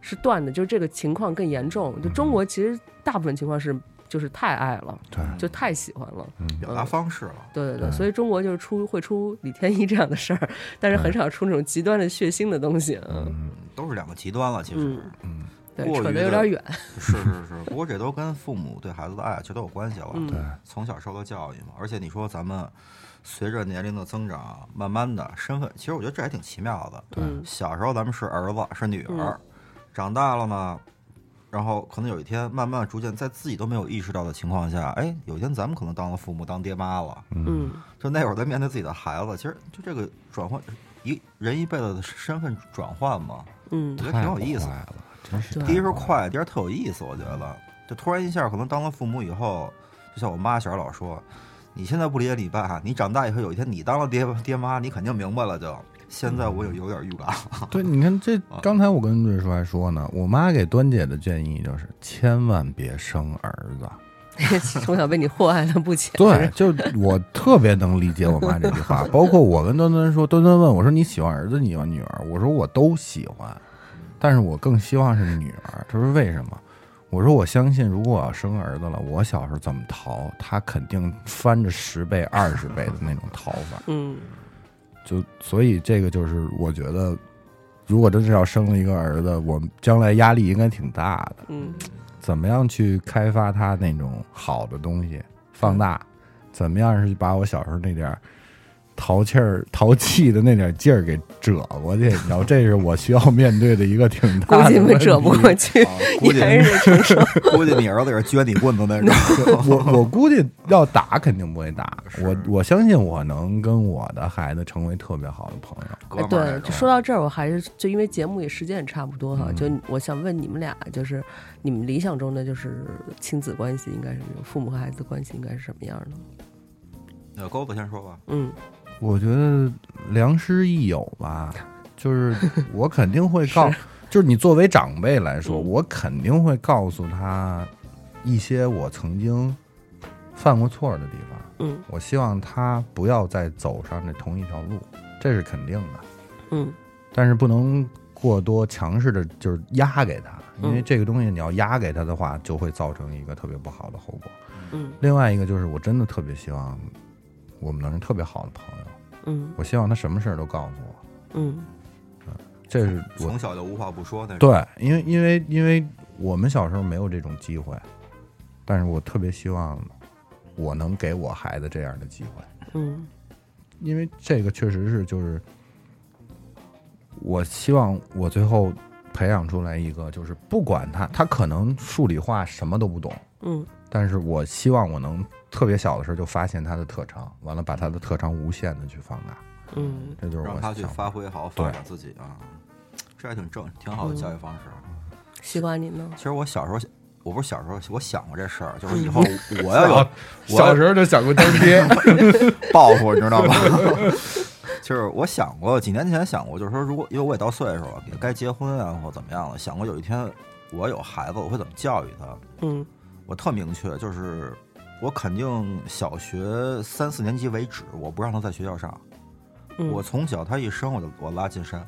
是断的，就是这个情况更严重。就中国其实大部分情况是就是太爱了，
对
就太喜欢了。
表达方式了。
对对对，所以中国就是出会出李天一这样的事儿，但是很少出那种极端的血腥的东西。嗯，
都是两个极端了，其实、
对，
过于
扯得
的
有点远。
是是是，不过这都跟父母对孩子的爱啊其实都有关系了，
嗯对，
从小受到教育嘛。而且你说咱们随着年龄的增长，慢慢的身份，其实我觉得这还挺奇妙的。对，
嗯
小时候咱们是儿子是女儿，长大了呢，然后可能有一天慢慢逐渐在自己都没有意识到的情况下，哎，有一天咱们可能当了父母当爹妈了，
嗯
就那会儿在面对自己的孩子，其实就这个转换，一人一辈子的身份转换嘛，
嗯 [LAUGHS]
[LAUGHS] 我觉得挺
太
有意思
快
的。
了，真是
对
第一是快，第二特有意思，我觉得。就突然一下，可能当了父母以后，就像我妈小时候老说，你现在不理解你爸，你长大以后有一天你当了爹爹妈，你肯定明白了就。现在
嗯
我有有点预
[LAUGHS]
感了，
对，你看这刚才我跟瑞叔还说呢，我妈给端姐的建议就是千万别生儿子。
从小被你祸害的不浅。
对，就我特别能理解我妈这句话，包括我跟端端说，端端问我说你喜欢儿子，你喜欢女儿？我说我都喜欢，但是我更希望是女儿。她说为什么？我说我相信，如果我要生儿子了，我小时候怎么逃，他肯定翻着十倍、二十倍的那种逃法。
嗯，
就所以这个就是我觉得，如果真是要生了一个儿子，我们将来压力应该挺大的。
嗯，
怎么样去开发他那种好的东西，放大？怎么样是把我小时候那点儿淘气儿、淘气的那点劲儿给折过去？你知道，这是我需要面对的一个挺
估
大的
计
问
没
题。
折不过去，
估
你
计
还是得承受。
估计你儿子也是撅你棍
[LAUGHS]
子那种。
我我估计要打肯定不会打，
是
我我相信我能跟我的孩子成为特别好的朋友。
哥们儿那
对，就
种
说到这儿，我还是就因为节目也时间也差不多哈，
嗯
就我想问你们俩，就是你们理想中的就是亲子关系应该是什么样父母和孩子关系应该是什么样的？
那钩子先说吧，
嗯，
我觉得良师益友
[LAUGHS]
吧，就是我肯定会告，就是你作为长辈来说，
嗯
我肯定会告诉他一些我曾经犯过错的地方。
嗯，
我希望他不要再走上这同一条路，这是肯定的。
嗯，
但是不能过多强势的，就是压给他，因为
嗯
这个东西你要压给他的话，就会造成一个特别不好的后果。
嗯，
另外一个就是，我真的特别希望我们能是特别好的朋友。
嗯
我希望他什么事儿都告诉我，
嗯
这是我
从小就无话不说那种。
对，因为因为因为我们小时候没有这种机会，但是我特别希望我能给我孩子这样的机会，
嗯
因为这个确实是就是，我希望我最后培养出来一个，就是不管他，他可能数理化什么都不懂，
嗯
但是我希望我能特别小的时候就发现他的特长，完了把他的特长无限的去放大，
嗯
这就是我
让他去
想
发挥好，发展自己啊，这还挺正，挺
嗯
好的教育方式。啊
西瓜你呢？
其实我小时候，我不是小时候，我想过这事儿，就是以后
嗯 [LAUGHS]
我要有我要
时候就想过当 [LAUGHS] 爹，
报复，你知
[LAUGHS]
道吗？就是我想过，几年前想过，就是说，如果因为我也到岁数了，也该结婚啊，或怎么样了，想过有一天我有孩子，我会怎么教育他？
嗯
我特明确，就是我肯定小学三四年级为止，我不让他在学校上。
嗯，
我从小他一生，我就我拉进山，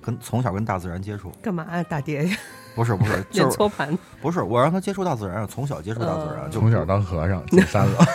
跟从小跟大自然接触。
干嘛呀，啊大爹呀，
不是
[LAUGHS]
不是，
练
就是
搓盘？
不是我让他接触大自然，从小接触大自然，
嗯
就
从小当和尚进山了。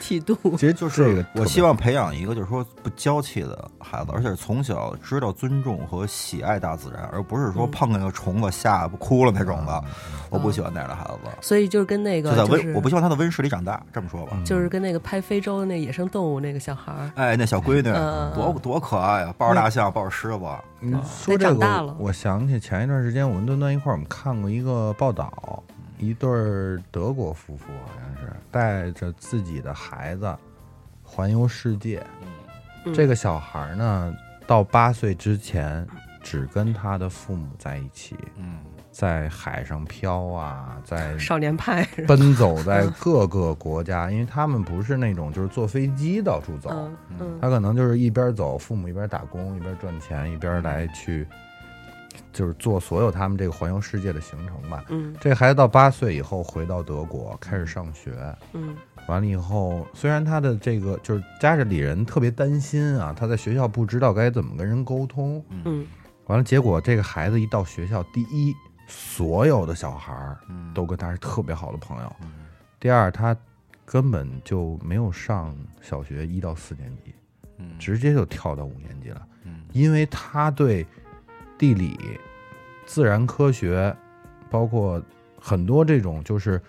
剃度？
[LAUGHS] 其实
就是
这个特别，
我希望培养一个就是说不娇气的孩子，而且从小知道尊重和喜爱大自然，而不是说
嗯
碰见个虫子吓不哭了那种的。我不喜欢那样的孩子，
[LAUGHS] 所以就是跟那
就
个
在
嗯就
温，我不
是嗯
希望他在温室里长大。这么说吧，
就是跟那个拍非洲的那野生动物那个小孩儿，
哎，那小闺女
嗯
多多可爱啊，抱着大象，抱着狮子，
你嗯说
得
这
长
个
大了
我，我想起前一段时间我跟端端一块儿，我们看过一个报道，一对儿德国夫妇好像是带着自己的孩子环游世界。
嗯
这个小孩儿呢，到八岁之前只跟他的父母在一起，
嗯，
在海上漂啊，在
少年派是吧？
奔走
[LAUGHS]
在各个国家，因为他们不是那种就是坐飞机到处走，
嗯嗯
他可能就是一边走，父母一边打工，一边赚钱，一边来去，就是做所有他们这个环游世界的行程吧。
嗯
这孩子到八岁以后回到德国开始上学，
嗯
完了以后，虽然他的这个就是家里人特别担心啊，他在学校不知道该怎么跟人沟通，
嗯
完了结果这个孩子一到学校，第一，所有的小孩儿
嗯
都跟他是特别好的朋友；第二，他根本就没有上小学一到四年级。
嗯
直接就跳到五年级了，
嗯
因为他对地理、自然科学，包括很多这种就是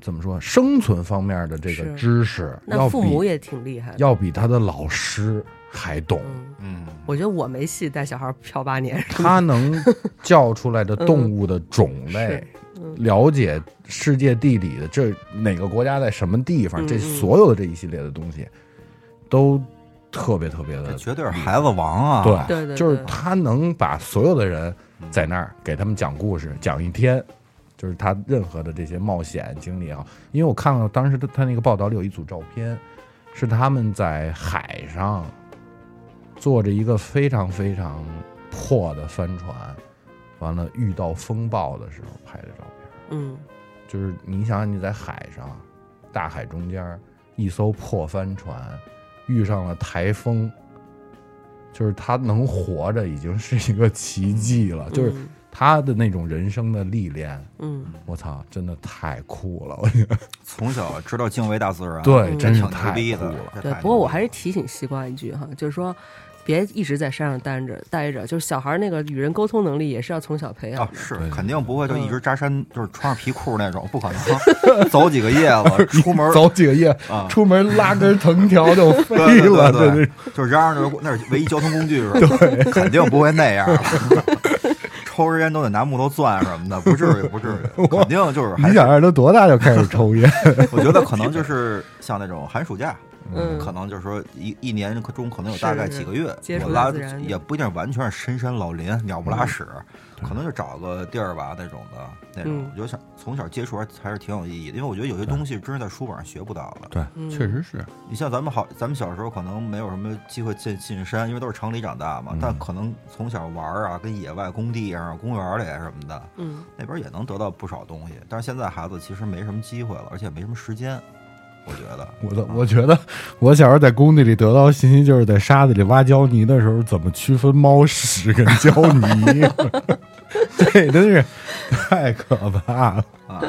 怎么说生存方面的这个
是
知识，
那
要
父母
比
也挺厉害的。
要比他的老师还懂。
嗯，
嗯，
我觉得我没戏带小孩漂八年。
他能叫出来的动物的种
[LAUGHS]
类，
嗯
了解世界地理的这哪个国家在什么地
嗯
方，这
嗯
所有的这一系列的东西，都特别特别的
这绝对是孩子王啊！
对，
[LAUGHS] 对对
就是
对
他能把所有的人在那儿给他们讲故事，讲一天，就是他任何的这些冒险经历也好。因为我看到当时他他那个报道里有一组照片，是他们在海上坐着一个非常非常破的帆船，完了遇到风暴的时候拍的照片。
嗯
就是你想想你在海上，大海中间儿一艘破帆船遇上了台风，就是他能活着已经是一个奇迹了。就是
嗯
他的那种人生的历练，
嗯，
我操，真的太酷了！我觉得
从小知道敬畏大自然，
对，
嗯
这
真是
挺啊牛
太
逼
酷
的
了。。
这
对，
太
不过
牛
我
逼
还是
了
提醒西瓜一句哈，就是说。别一直在山上待着，待着就是小孩儿那个与人沟通能力也是要从小培养
啊
的，。
是
对
肯定不会就一直扎山，就是穿着皮裤那种，不可能。走几个叶
[LAUGHS]
子，出门
走几个夜，
啊
出门拉根藤条就飞
对对
了，
对
对
对，就嚷嚷着那是唯一交通工具是吧？对，肯定不会那样了。 [LAUGHS] 抽根烟都得拿木头钻什么的，不至于，不至
[LAUGHS]
于，肯定就是还
你
是
想让他多大就开始抽烟？
[LAUGHS]
我觉得可能就是像那种寒暑假，
嗯，
可能就是说一一年中可能有大概几个月，
接触
我拉
大自然嗯
也不一定完全是深山老林鸟不拉屎，可能就找个地儿吧那种的那种。
嗯
我觉得想从小接触还还是挺有意义的，因为我觉得有些东西真是在书本上学不到的。
对，
嗯
确实是，
你像咱们好，咱们小时候可能没有什么机会进进山，因为都是城里长大
嗯
嘛。但可能从小玩儿啊，跟野外工地上、公园里啊什么的，
嗯，
那边也能得到不少东西。但是现在孩子其实没什么机会了，而且没什么时间，我觉得。
我的，我觉得我小时候在工地里得到的信息，就是在沙子里挖胶泥的时候，怎么区分猫屎跟胶泥，这真是太可怕了。
啊，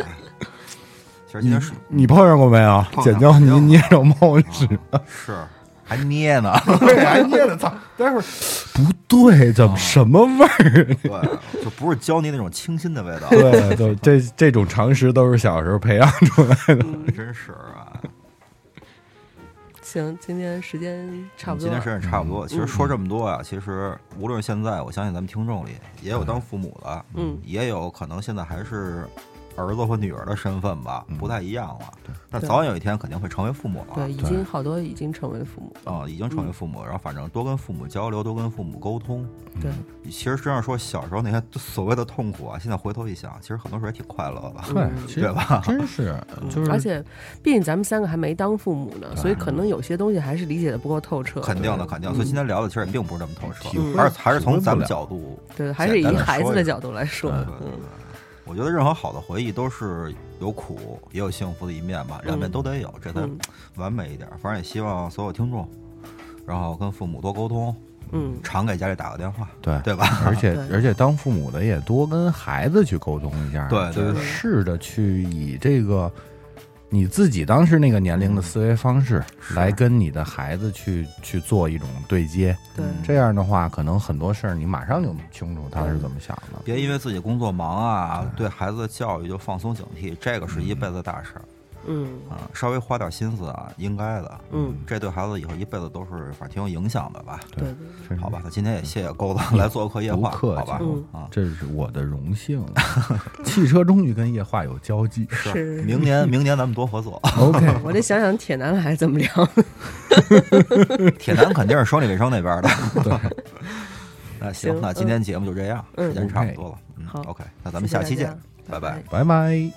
其实今天是
你碰上过没有？
碰上
捡胶泥啊捏着猫屎，
是还捏
[LAUGHS]
呢，
对，还捏着，操！待会儿不对，怎么什么味儿？啊
对，就不是胶泥那种清新的味道，
[LAUGHS] 对对，这这种常识都是小时候培养出来的。
真是啊。
行，今天时间差不多
今天
了
时，间差不
嗯
多。其实说这么多啊，其实无论现在，我相信咱们听众里也有当父母的，
嗯
也有可能现在还是儿子或女儿的身份吧，
嗯
不太一样了。但
对
早晚有一天肯定会成为父母了
对，已经好多已经成为父母，
啊，已经
嗯
成为父母。然后反正多跟父母交流，多跟父母沟通。
对，
其实这样说，小时候那些所谓的痛苦啊，现在回头一想，其实很多时候也挺快乐的。
对，其实
对吧
真是，就是
嗯而且毕竟咱们三个还没当父母呢，所以可能有些东西还是理解的不够透彻，
肯定的，肯定。
嗯
所以今天聊的其实也并不是这么透彻
体会，
还是还是
体
从
会不
咱们
了
角度
对，还是以
简单地
孩
说
子
一
的
下
角度来说，嗯，
我觉得任何好的回忆都是有苦也有幸福的一面吧，两面都得有，这才
嗯
完美一点。反正也希望所有听众，然后跟父母多沟通，
嗯，
常给家里打个电话，
对
对吧？
而且
对
而且当父母的也多跟孩子去沟通一下，
对
就
对
是
对
试着去以这个你自己当时那个年龄的思维方式来跟你的孩子去去做一种对接，
嗯对，
这样的话，可能很多事儿你马上就清楚他是怎么想的。
别因为自己工作忙啊，对孩子的教育就放松警惕，这个是一辈子的大事儿
嗯
啊、稍微花点心思啊，应该的。
嗯，
这对孩子以后一辈子都是反正挺有影响的吧？
对，
真是
好吧，，那今天也谢谢钩子来做客夜话，
嗯不客气
好吧？
嗯
啊，
这是我的荣幸。 [LAUGHS] 汽车终于跟夜话有交集。
嗯
是。
明年明年咱们多合作。
OK，
我得想想铁男孩怎么聊，
铁男肯定是生理卫生那边的。那行，
行
那今天节目就这样，时间差不多了。嗯
好
，OK，那咱们下期见，拜拜。
拜拜。